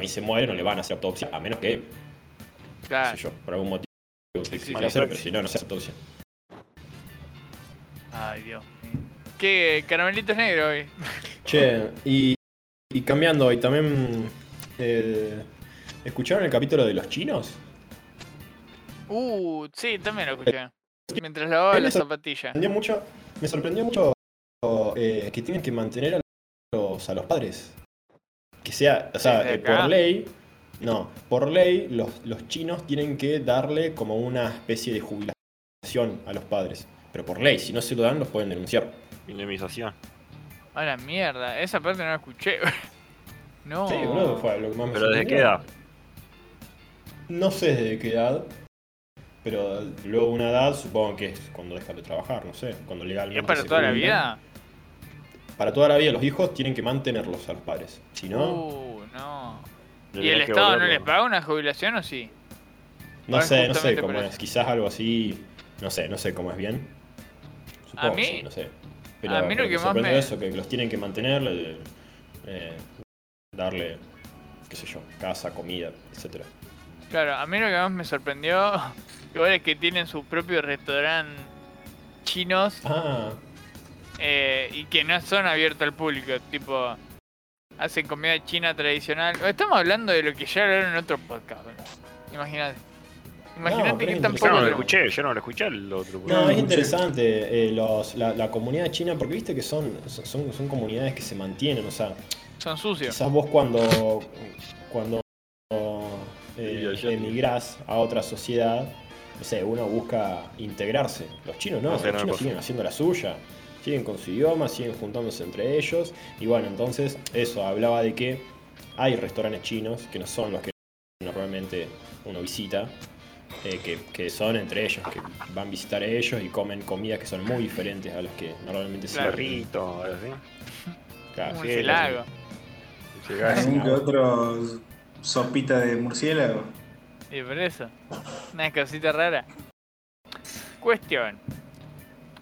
Speaker 1: y se muere, no le van a hacer autopsia, a menos que, qué sé
Speaker 3: Claro.
Speaker 1: yo, por algún motivo. que
Speaker 3: sí,
Speaker 1: se
Speaker 2: Ah. sí.
Speaker 1: hacer, pero si no, no se hace autopsia.
Speaker 3: Ay, Dios. mío. ¿Qué? Caramelito negro hoy.
Speaker 1: Che, y, y cambiando, y también. eh, ¿Escucharon el capítulo de los chinos?
Speaker 3: Uh, sí, también lo escuché. Mientras lavaba
Speaker 1: Él
Speaker 3: la
Speaker 1: es el-
Speaker 3: zapatilla.
Speaker 1: Me sorprendió mucho, me sorprendió mucho eh, que tienen que mantener a los, a los padres. Que sea, o sea,
Speaker 3: Desde
Speaker 1: eh,
Speaker 3: acá.
Speaker 1: por ley. No, por ley los, los chinos tienen que darle como una especie de jubilación a los padres. Pero por ley, si no se lo dan, los pueden denunciar.
Speaker 2: Indemnización.
Speaker 3: A la mierda. Esa parte no la escuché. *laughs* No.
Speaker 1: Sí, boludo, fue lo que más me
Speaker 2: ¿Pero desde qué
Speaker 1: sorprendió.
Speaker 2: edad?
Speaker 1: No sé desde qué edad. Pero luego una edad, supongo que es cuando deja de trabajar, no sé, cuando
Speaker 3: ¿Y
Speaker 1: legalmente.
Speaker 3: es para
Speaker 1: se
Speaker 3: toda la
Speaker 1: jubilan.
Speaker 3: vida?
Speaker 1: Para toda la vida, los hijos tienen que mantenerlos a los padres. Si no,
Speaker 3: Uh, no.
Speaker 2: Le
Speaker 3: ¿Y el
Speaker 2: tenés que
Speaker 3: Estado no
Speaker 2: volverlo.
Speaker 3: les paga una jubilación o sí?
Speaker 1: no
Speaker 3: ahora
Speaker 1: sé, no sé
Speaker 3: justamente
Speaker 1: cómo
Speaker 3: por
Speaker 1: es.
Speaker 3: eso.
Speaker 1: Quizás algo así, no sé, no sé cómo es bien. Supongo que
Speaker 3: mí-
Speaker 1: sí, no sé. Pero
Speaker 3: a mí
Speaker 1: pero
Speaker 3: lo que
Speaker 1: me
Speaker 3: más
Speaker 1: sorprende
Speaker 3: me-
Speaker 1: eso, que los tienen que mantener, eh, eh, darle, qué sé yo, casa, comida, etcétera.
Speaker 3: Claro, a mí lo que más me sorprendió *laughs* igual es que tienen su propio restaurante chinos
Speaker 1: Ah,
Speaker 3: eh, y que no son abiertos al público, tipo hacen comida china tradicional. Estamos hablando de lo que ya hablaron en otro podcast. boludo. Imagínate.
Speaker 1: No,
Speaker 3: Imagínate
Speaker 1: pero
Speaker 3: que
Speaker 1: es
Speaker 2: Yo no
Speaker 3: tampoco
Speaker 2: lo
Speaker 1: interesante.
Speaker 2: escuché, yo no lo escuché el otro.
Speaker 1: No,
Speaker 2: boludo.
Speaker 1: es
Speaker 4: sí.
Speaker 1: interesante eh, los- la, la comunidad china, porque viste que son, son, son comunidades que se mantienen, o sea,
Speaker 3: son sucios.
Speaker 1: quizás vos cuando, cuando eh,
Speaker 2: Sí, ya, ya.
Speaker 1: emigrás a otra sociedad, no sé, uno busca integrarse. Los chinos no,
Speaker 2: O sea,
Speaker 1: los
Speaker 2: no
Speaker 1: chinos
Speaker 2: pasa.
Speaker 1: siguen haciendo la suya, siguen con su idioma, siguen juntándose entre ellos, y bueno, entonces eso, hablaba de que hay restaurantes chinos que no son los que normalmente uno visita, eh, que, que son entre ellos, que van a visitar a ellos y comen comidas que son muy diferentes a las que normalmente se
Speaker 2: Perrito, ahora sí.
Speaker 1: Claro,
Speaker 3: Un
Speaker 1: sí,
Speaker 3: cielago.
Speaker 2: Llegás
Speaker 4: Algún
Speaker 1: no.
Speaker 4: que otro sopita de murciélago.
Speaker 3: Y por eso. Una cosita rara. Cuestión.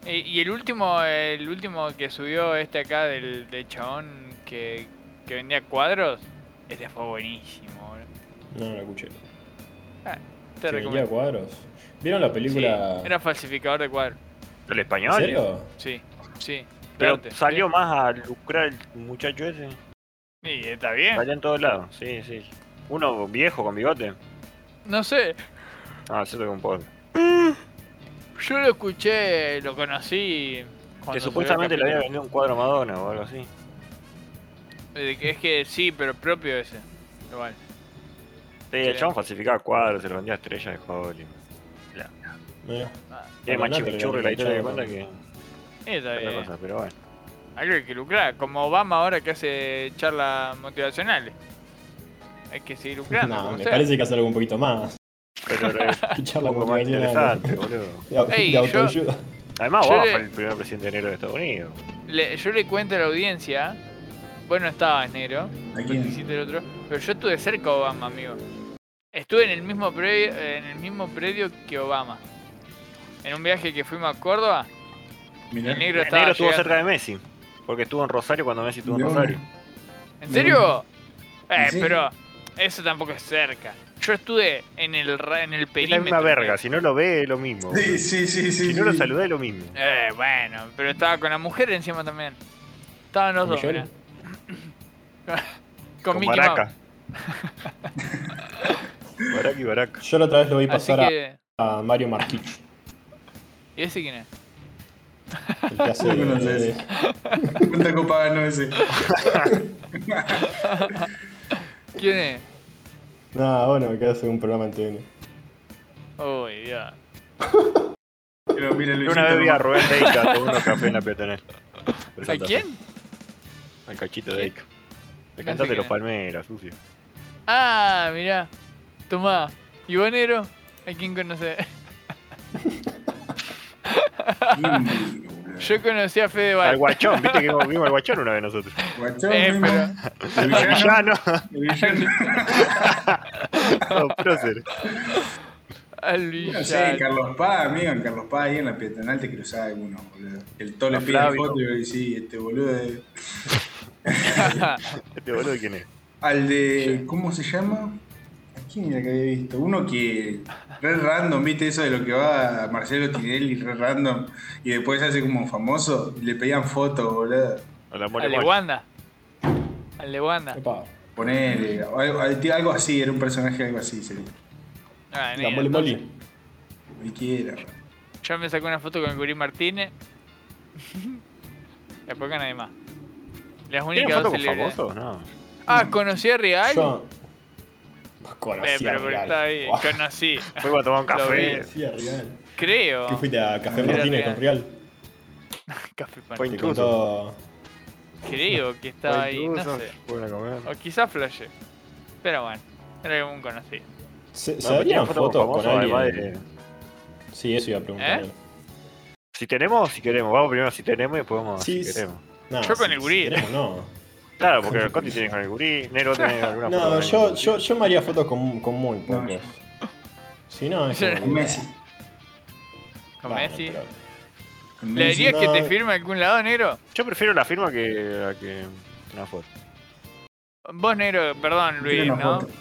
Speaker 3: Y, y el último, el último que subió este acá del, del chabón que, que vendía cuadros, este fue buenísimo, boludo.
Speaker 1: No, no lo escuché.
Speaker 3: Te
Speaker 1: ¿Se vendía
Speaker 3: recomiendo.
Speaker 1: cuadros? ¿Vieron la
Speaker 3: Sí,
Speaker 1: película?
Speaker 3: era falsificador de cuadros.
Speaker 2: ¿El
Speaker 1: ¿En
Speaker 2: español?
Speaker 1: serio?
Speaker 3: Sí, sí.
Speaker 2: Pero
Speaker 3: Arte,
Speaker 2: salió más a lucrar el muchacho ese.
Speaker 3: sí. Y está bien.
Speaker 2: Salió en todos lados, sí, sí. Uno viejo con bigote.
Speaker 3: No sé,
Speaker 2: Ah, cierto que un poco.
Speaker 3: yo lo escuché, lo conocí. cuando
Speaker 2: Que
Speaker 3: salió
Speaker 2: supuestamente
Speaker 3: el
Speaker 2: le había vendido
Speaker 3: capítulo.
Speaker 2: un cuadro a Madonna o algo así.
Speaker 3: Eh, que Es que sí, pero propio ese. Igual.
Speaker 2: Sí, el chabón falsificaba cuadros, se lo vendía a estrellas de Hollywood.
Speaker 1: Mira.
Speaker 3: Ah,
Speaker 2: Y hay más
Speaker 1: Abandonate,
Speaker 2: chimichurri
Speaker 1: le
Speaker 2: la historia que
Speaker 1: enganchaba
Speaker 2: cuenta
Speaker 1: con-
Speaker 2: que.
Speaker 3: está
Speaker 2: otra
Speaker 3: bien.
Speaker 2: cosa, pero bueno.
Speaker 3: Algo que lucrar, como Obama ahora que hace charlas motivacionales. Hay que seguir
Speaker 1: *laughs*
Speaker 3: lucrando.
Speaker 1: No,
Speaker 3: como
Speaker 1: me
Speaker 3: sea.
Speaker 1: parece que hacer algo un poquito *laughs* más.
Speaker 2: Pero es
Speaker 1: Que
Speaker 2: un
Speaker 1: charla
Speaker 2: poco más
Speaker 1: motivacional.
Speaker 2: interesante, boludo.
Speaker 1: De, au- de
Speaker 3: Ey, yo-
Speaker 1: autoayuda.
Speaker 2: Además,
Speaker 3: Yo
Speaker 2: Obama
Speaker 3: le-
Speaker 2: fue el primer presidente negro de Estados Unidos.
Speaker 3: Le- yo le cuento a la audiencia, bueno estabas negro,
Speaker 4: ¿A
Speaker 3: porque
Speaker 4: quién?
Speaker 3: hiciste el otro, pero yo estuve cerca de Obama, amigo. Estuve en el mismo predio, en el mismo predio que Obama. En un viaje que fuimos a Córdoba,
Speaker 4: Mirá.
Speaker 3: el negro
Speaker 2: El
Speaker 3: estaba
Speaker 2: negro estuvo
Speaker 3: llegando-
Speaker 2: cerca de Messi. Porque estuvo en Rosario cuando Messi estuvo en
Speaker 4: No.
Speaker 2: Rosario.
Speaker 3: ¿En serio? Eh,
Speaker 4: Sí.
Speaker 3: pero eso tampoco es cerca. Yo estuve en el ra- en el
Speaker 2: Es la
Speaker 3: perímetro.
Speaker 2: misma verga, si no lo ve es lo mismo. boludo.
Speaker 4: Sí, sí, sí, sí.
Speaker 2: Si no lo
Speaker 4: sí.
Speaker 2: saludé es lo mismo.
Speaker 3: Eh, bueno, pero estaba con la mujer encima también. Estaban los
Speaker 1: ¿Con
Speaker 3: dos.
Speaker 1: Michelle?
Speaker 3: mirá. *coughs* con
Speaker 2: Con
Speaker 3: Mickey
Speaker 2: Baraca.
Speaker 3: Mouse.
Speaker 2: *laughs* Baraca y Baraca.
Speaker 1: Yo la otra vez lo vi
Speaker 3: Así
Speaker 1: pasar a-
Speaker 3: que.
Speaker 1: a, Mario Marquich,
Speaker 3: ¿Y ese quién es?
Speaker 1: el que hace.
Speaker 4: *laughs* No lo
Speaker 1: eh,
Speaker 4: conoces. ¿Cuánta copa ganó ese?
Speaker 3: ¿Quién es?
Speaker 1: nada, bueno, que hace un programa en TN.
Speaker 3: Uy, Dios.
Speaker 4: Pero mira,
Speaker 2: Yo
Speaker 4: Luisito,
Speaker 2: una vez vi a
Speaker 4: nomás.
Speaker 2: Rubén
Speaker 4: *laughs*
Speaker 2: Deica tomando café en la peatonal.
Speaker 3: ¿A quién?
Speaker 2: Al cachito
Speaker 3: ¿Quién?
Speaker 2: Deica. El
Speaker 3: sé
Speaker 2: cantante de
Speaker 3: quién
Speaker 2: los
Speaker 3: es.
Speaker 2: Palmeras, sucio.
Speaker 3: Ah, mirá. Tomá. ¿Y Bonero? ¿A quién conoce?
Speaker 4: Mm, boludo.
Speaker 3: Yo conocí a Fede
Speaker 2: Al
Speaker 3: Val.
Speaker 2: guachón, viste que vimos vimos al guachón una vez
Speaker 3: *laughs*
Speaker 2: nosotros. *laughs* Ah,
Speaker 4: Guachón,
Speaker 3: Eh,
Speaker 4: mismo. El
Speaker 2: Al
Speaker 4: villano,
Speaker 2: *laughs* villano,
Speaker 4: el villano.
Speaker 2: los próceres.
Speaker 3: Al
Speaker 4: No
Speaker 3: villano.
Speaker 4: sé, Carlos Paz, amigo, en Carlos Paz ahí en la peatonal te cruzaba alguno, boludo. El tole
Speaker 2: A
Speaker 4: pide la
Speaker 2: Flavio.
Speaker 4: foto y yo, y sí, este boludo de-
Speaker 2: Este boludo quién es.
Speaker 4: Al de. ¿Cómo se llama? ¿A quién era que había visto? Uno que. Re random, ¿viste? Eso de lo que va Marcelo Tinelli, re random. Y después se hace como famoso. Y le pedían fotos, boludo.
Speaker 2: A la mole
Speaker 3: *laughs* Al de
Speaker 2: guacho.
Speaker 3: Wanda. Al de Wanda.
Speaker 1: Epa,
Speaker 4: Ponele. o Algo, algo así, era un personaje algo así, sería.
Speaker 3: Ah,
Speaker 1: la
Speaker 3: negro,
Speaker 1: moli moli.
Speaker 4: Cualquiera.
Speaker 3: Yo me saqué una foto con el Gurí Martínez. *laughs* Después con nadie más. Las
Speaker 2: ¿Tiene
Speaker 3: únicas
Speaker 2: foto
Speaker 3: dos
Speaker 2: con
Speaker 3: celebridades.
Speaker 2: famosos?
Speaker 3: *laughs*
Speaker 2: No.
Speaker 3: Ah, conocí a Real.
Speaker 1: Yo. Conocí
Speaker 3: Eh,
Speaker 1: a
Speaker 3: pero, pero
Speaker 1: Real.
Speaker 3: está ahí.
Speaker 1: Buah,
Speaker 3: Conocí.
Speaker 2: Fuimos a tomar un café.
Speaker 1: conocí a Real. *laughs*
Speaker 3: Creo.
Speaker 1: ¿Qué fuiste a Café
Speaker 4: Era
Speaker 1: Martínez
Speaker 3: Real.
Speaker 1: con Real?
Speaker 3: Café Pan.
Speaker 2: Fue
Speaker 1: Te
Speaker 2: intruso.
Speaker 1: contó.
Speaker 3: Creo que estaba
Speaker 2: Fue
Speaker 3: ahí. No
Speaker 2: intruso,
Speaker 3: sé.
Speaker 2: fueron a comer.
Speaker 3: O quizás flashé. Pero bueno. Era como un conocido.
Speaker 1: ¿Se,
Speaker 2: No,
Speaker 1: se
Speaker 2: pero
Speaker 1: darían
Speaker 2: tiene foto
Speaker 1: fotos con
Speaker 2: famoso, además
Speaker 1: alguien?
Speaker 2: de-
Speaker 1: Sí, eso iba a preguntar.
Speaker 3: ¿Eh?
Speaker 2: Si tenemos o si queremos. Vamos primero si tenemos y después vamos
Speaker 1: Sí,
Speaker 2: si
Speaker 1: sí.
Speaker 2: queremos.
Speaker 1: No,
Speaker 3: Yo con
Speaker 1: si-
Speaker 3: el gurí.
Speaker 1: si queremos, no.
Speaker 2: Claro,
Speaker 1: *laughs*
Speaker 2: porque el Conti tiene con el gurí, Nero tiene alguna foto
Speaker 1: No,
Speaker 2: de
Speaker 1: yo,
Speaker 2: Nero.
Speaker 1: yo, yo me haría fotos con, con muy pocos. Si no, es como-
Speaker 4: Con Messi.
Speaker 3: Con
Speaker 1: Bueno,
Speaker 3: Messi.
Speaker 1: pero-
Speaker 4: Con
Speaker 3: ¿Le
Speaker 4: Messi.
Speaker 3: dirías que te
Speaker 1: no.
Speaker 3: firme a algún lado, negro?
Speaker 2: Yo prefiero la firma que, a que una foto. *laughs*
Speaker 3: Vos, negro, perdón, Luis,
Speaker 4: Tiene una
Speaker 3: ¿no?
Speaker 4: foto.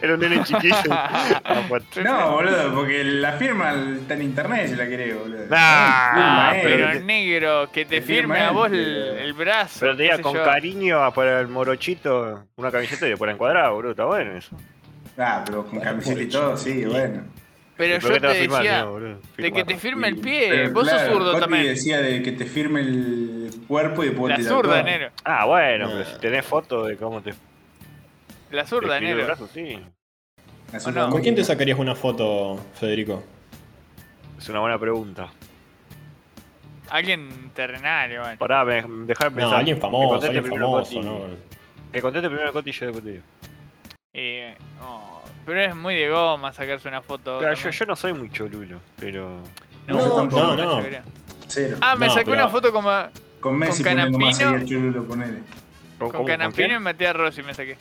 Speaker 2: Era un nene
Speaker 3: *laughs*
Speaker 2: chiquillo. Una foto.
Speaker 4: No, boludo, porque la firma está en internet si la querés, boludo.
Speaker 2: Nah,
Speaker 4: Firma
Speaker 3: Ah,
Speaker 4: él.
Speaker 3: pero
Speaker 2: eh.
Speaker 3: negro, que te
Speaker 4: Te firma
Speaker 3: firme a
Speaker 4: él,
Speaker 3: vos el,
Speaker 4: pero-
Speaker 3: el brazo.
Speaker 2: Pero te
Speaker 3: qué
Speaker 2: diga,
Speaker 3: sé
Speaker 2: con
Speaker 3: yo.
Speaker 2: cariño a para el morochito una camiseta y después la encuadrado, boludo. Está bueno eso.
Speaker 4: Ah, pero con camiseta y todo, sí, bueno.
Speaker 3: Pero
Speaker 2: ¿Por qué
Speaker 3: yo te
Speaker 2: va a firmar,
Speaker 3: decía,
Speaker 2: Nero, boludo?
Speaker 3: de que
Speaker 2: Firmar.
Speaker 3: te firme el
Speaker 4: Y-
Speaker 3: pie.
Speaker 4: pero
Speaker 3: vos sos
Speaker 4: claro,
Speaker 3: zurdo
Speaker 4: Coti
Speaker 3: también.
Speaker 4: decía de que te firme el cuerpo y después
Speaker 3: La
Speaker 4: te
Speaker 3: zurda,
Speaker 4: tatúa.
Speaker 3: negro.
Speaker 2: Ah, bueno, pero
Speaker 1: Nah.
Speaker 2: si tenés fotos de cómo te
Speaker 3: La
Speaker 2: te escribió
Speaker 3: zurda,
Speaker 2: el
Speaker 3: negro.
Speaker 2: brazo, sí.
Speaker 4: La
Speaker 3: ¿O no?
Speaker 4: zurda.
Speaker 1: ¿Con quién te sacarías una foto, Federico?
Speaker 2: Es una buena pregunta.
Speaker 3: Alguien terrenal, igual.
Speaker 2: Pará, me, me dejá de pensar.
Speaker 1: No, alguien famoso,
Speaker 2: Que conteste
Speaker 1: alguien
Speaker 2: primero
Speaker 1: famoso,
Speaker 2: Coti.
Speaker 1: ¿no?
Speaker 2: Que conteste primero el Coti y yo después te digo.
Speaker 3: Eh, oh, pero es muy de goma sacarse una foto.
Speaker 2: Claro, yo,
Speaker 3: también.
Speaker 2: yo no soy muy cholulo, pero.
Speaker 4: No, yo tampoco.
Speaker 1: no, no.
Speaker 3: yo creo.
Speaker 4: Cero.
Speaker 3: Ah, me
Speaker 1: No,
Speaker 3: sacó
Speaker 1: pero-
Speaker 3: una foto como
Speaker 4: Con Messi
Speaker 3: con
Speaker 4: poniendo más ahí
Speaker 3: Canapino.
Speaker 4: el chulo, ponele.
Speaker 2: ¿Con,
Speaker 3: con
Speaker 2: cómo-
Speaker 3: Canapino y
Speaker 2: quién?
Speaker 3: Matías Rossi me saqué.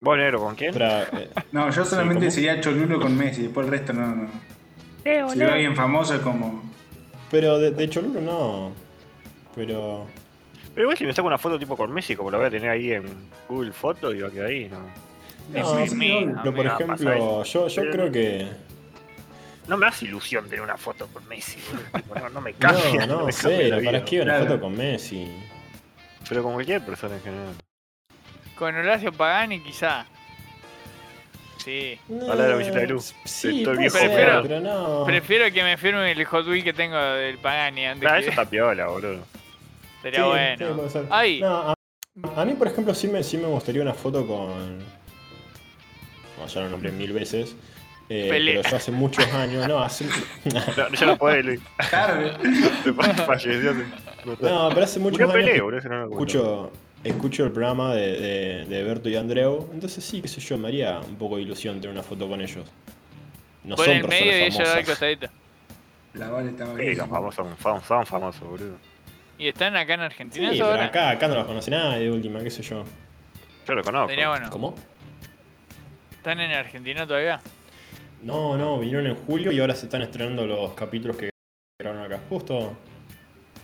Speaker 2: ¿Vos, negro, con quién?
Speaker 1: Para, eh,
Speaker 4: No, yo solamente
Speaker 1: ¿cómo?
Speaker 4: sería Cholulo con Messi, después el resto no, no. Si veo a alguien famoso es como.
Speaker 1: pero de, de Cholulo no. Pero.
Speaker 2: Pero igual si me saco una foto tipo con Messi, como la voy a tener ahí en Google Foto y va a quedar ahí, ¿no?
Speaker 1: No,
Speaker 4: Messi,
Speaker 3: mi-
Speaker 4: obvio.
Speaker 1: Pero por
Speaker 3: Amigo,
Speaker 2: pasa
Speaker 1: ejemplo,
Speaker 2: eso.
Speaker 1: yo, yo
Speaker 2: Pero-
Speaker 1: creo que.
Speaker 2: No me hace ilusión tener una foto con Messi, boludo. Tipo, No, no me *laughs* cambia.
Speaker 1: *laughs* No, no,
Speaker 2: me cambia la
Speaker 1: cero,
Speaker 2: vida.
Speaker 1: para esquivar una
Speaker 4: Claro.
Speaker 1: foto con Messi.
Speaker 2: Pero con cualquier persona en general.
Speaker 3: Con Horacio Pagani, quizá. Sí.
Speaker 2: Habla de la bicicleta de luz.
Speaker 1: Sí,
Speaker 2: Estoy
Speaker 1: puede
Speaker 2: viejo,
Speaker 1: ser,
Speaker 3: pero-
Speaker 1: pero no.
Speaker 3: Prefiero que me firme el Hot Wheel que tengo del Pagani antes
Speaker 2: Nah,
Speaker 3: que.
Speaker 2: eso está piola, boludo.
Speaker 1: Sí,
Speaker 3: Sería
Speaker 1: sí,
Speaker 3: bueno.
Speaker 1: puede ser.
Speaker 3: Ay,
Speaker 1: No, a, a mí, por ejemplo, sí me, sí me gustaría una foto con. Bueno, ya lo nombré mil veces. eh,
Speaker 3: Pelé.
Speaker 1: pero yo hace muchos años, no, hace, *laughs*
Speaker 2: No, ya no podés, *laughs* Luis.
Speaker 4: Tarde.
Speaker 2: Te falleció. No,
Speaker 1: no, pero hace muchos
Speaker 2: Murió
Speaker 1: años
Speaker 2: Pelé,
Speaker 1: que
Speaker 2: boludo. Eso no lo cuento.
Speaker 1: escucho, escucho el programa de, de, de Berto y Andreu, entonces sí, qué sé yo, me haría un poco de ilusión tener una foto con ellos. No
Speaker 3: por
Speaker 1: son
Speaker 3: el medio
Speaker 1: personas
Speaker 3: y ella al
Speaker 1: famosas.
Speaker 3: costadito.
Speaker 4: La vale estaba
Speaker 2: Sí, los
Speaker 4: bien.
Speaker 2: famosos son, son famosos, boludo.
Speaker 3: Y están acá en
Speaker 1: Sí,
Speaker 3: Argentina
Speaker 1: pero
Speaker 3: ahora.
Speaker 1: acá, acá no los conoce nadie de última, qué sé yo.
Speaker 2: Yo lo conozco.
Speaker 3: Sería bueno.
Speaker 1: ¿Cómo?
Speaker 3: ¿Están en Argentina todavía?
Speaker 1: No, no, vinieron en julio y ahora se están estrenando los capítulos que grabaron acá. Justo,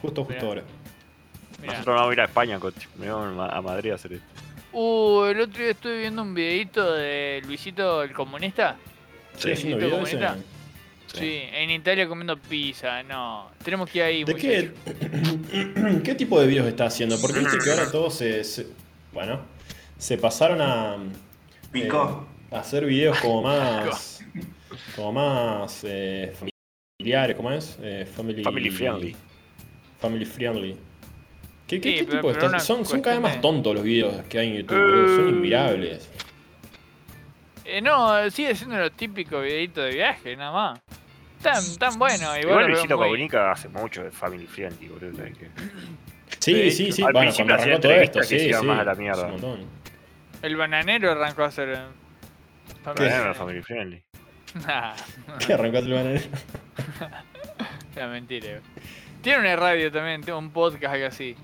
Speaker 1: justo,
Speaker 3: Mirá.
Speaker 1: justo ahora.
Speaker 3: Mirá.
Speaker 2: Nosotros vamos a ir a España, Coti. Me vamos a Madrid a hacer esto.
Speaker 3: Uh, el otro día estuve viendo un videito de Luisito el comunista.
Speaker 1: ¿Sigue haciendo
Speaker 3: ¿viste
Speaker 1: videos
Speaker 3: cómo
Speaker 1: ese?
Speaker 3: está? Sí. en Italia comiendo pizza, no. Tenemos que ir ahí.
Speaker 1: ¿De qué,
Speaker 3: muchachos.
Speaker 1: *coughs* qué tipo de videos está haciendo? Porque viste que
Speaker 2: *coughs*
Speaker 1: ahora todos se, se- bueno, se pasaron a,
Speaker 4: Picó.
Speaker 1: eh, a hacer videos
Speaker 2: *laughs*
Speaker 1: como más, como más eh, familiares, ¿cómo es? Eh, family,
Speaker 2: Family friendly.
Speaker 1: Family friendly. ¿Qué, qué-
Speaker 3: Sí,
Speaker 1: qué
Speaker 3: pero-
Speaker 1: tipo de
Speaker 3: pero
Speaker 1: estas-
Speaker 3: una
Speaker 1: Son, son cada vez
Speaker 3: cuestión
Speaker 1: más
Speaker 3: de-
Speaker 1: tontos los videos que hay en YouTube, boludo, son
Speaker 2: Eh.
Speaker 1: inmirables.
Speaker 3: Eh, no, sigue siendo los típicos videitos de viaje, nada más. Tan, tan bueno. Igual,
Speaker 2: Igual
Speaker 3: lo
Speaker 2: Luisito
Speaker 3: veo muy-
Speaker 2: Comunica hace mucho de Family Friendly, boludo. ¿sabes qué?
Speaker 1: Sí,
Speaker 2: De
Speaker 1: sí,
Speaker 2: hecho,
Speaker 1: sí,
Speaker 2: al
Speaker 1: bueno,
Speaker 2: principio
Speaker 1: cuando
Speaker 2: hacía
Speaker 1: arrancó todo esto,
Speaker 2: entrevistas
Speaker 1: sí,
Speaker 2: que se
Speaker 1: sí,
Speaker 2: iban más a la mierda.
Speaker 1: es un montón. *laughs*
Speaker 3: El bananero arrancó a hacer. eh,
Speaker 2: No, no era
Speaker 3: familia.
Speaker 2: Family Friendly.
Speaker 3: *laughs* Nah,
Speaker 1: ¿Qué arrancó el bananero? *laughs*
Speaker 3: la mentira. Tiene una radio también, tiene un podcast algo así.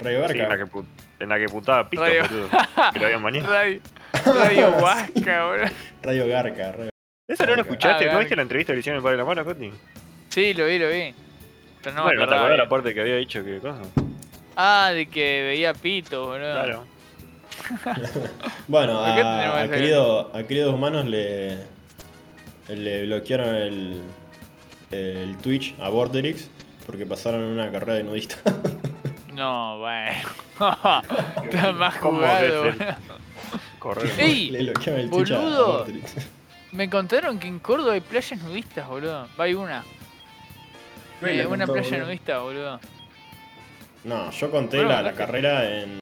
Speaker 2: Sí, en, la
Speaker 1: Rebarca.
Speaker 2: que pu- en la que putaba pito,
Speaker 3: Radio-
Speaker 2: boludo. Que lo habían
Speaker 3: *laughs*
Speaker 2: bañado.
Speaker 3: Radio, radio Huasca, boludo.
Speaker 1: Radio Garca, Radio
Speaker 2: ¿Eso no lo escuchaste?
Speaker 3: Ah,
Speaker 2: ¿No viste la entrevista que le hicieron en Padre de la Mano, Coti?
Speaker 3: Sí, lo vi, lo vi. Pero no
Speaker 2: bueno, ¿no
Speaker 3: me
Speaker 2: te
Speaker 3: acordaba
Speaker 2: acordás la
Speaker 3: bien.
Speaker 2: parte que había dicho que cosa?
Speaker 3: Ah, de que veía pito, boludo.
Speaker 2: Claro.
Speaker 1: Bueno,
Speaker 3: ¿Por qué tenemos
Speaker 1: a, a
Speaker 3: ese-
Speaker 1: querido, a queridos humanos le, le bloquearon el, el Twitch a Borderix porque pasaron una carrera de
Speaker 3: *laughs*
Speaker 1: nudista.
Speaker 3: No, bueno.
Speaker 2: *laughs*
Speaker 3: Está más
Speaker 2: ¿Cómo
Speaker 3: jugado,
Speaker 2: ves el-
Speaker 3: boludo.
Speaker 2: Correr.
Speaker 1: *laughs*
Speaker 3: ¡Ey!
Speaker 1: le bloquearon el Twitch a
Speaker 3: boludo.
Speaker 1: Vorterix.
Speaker 3: Me contaron que en Córdoba hay playas nudistas, boludo. Va, hay una.
Speaker 4: Bueno,
Speaker 3: Eh, una
Speaker 4: con todo,
Speaker 3: playa
Speaker 4: boludo.
Speaker 3: nudista, boludo.
Speaker 1: No, yo conté
Speaker 3: Bueno,
Speaker 1: la, la
Speaker 3: gracias.
Speaker 1: carrera en.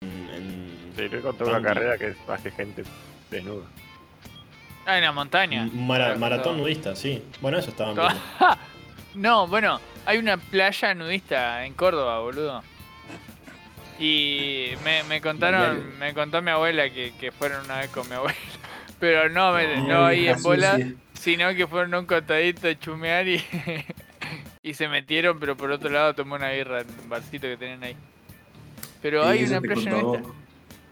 Speaker 1: en-
Speaker 2: Se le contó una
Speaker 1: Tanto.
Speaker 2: carrera que hace gente desnuda.
Speaker 3: Oh, Ah, en la montaña.
Speaker 1: en mara-
Speaker 3: Claro,
Speaker 1: maratón
Speaker 3: todo.
Speaker 1: nudista, sí. Bueno, eso estaban
Speaker 3: Todo.
Speaker 1: viendo.
Speaker 3: No, bueno, hay una playa nudista en Córdoba, boludo. Y me, me contaron, me contó mi abuela *laughs* que, que fueron una vez con mi abuela. Pero no, me-
Speaker 4: Ay,
Speaker 3: no ahí
Speaker 4: vieja
Speaker 3: en bola,
Speaker 4: sucia.
Speaker 3: sino que fueron a un costadito a chumear y, *laughs* y se metieron, pero por otro lado tomó una birra en un barcito que tenían ahí. Pero hay una playa nudista.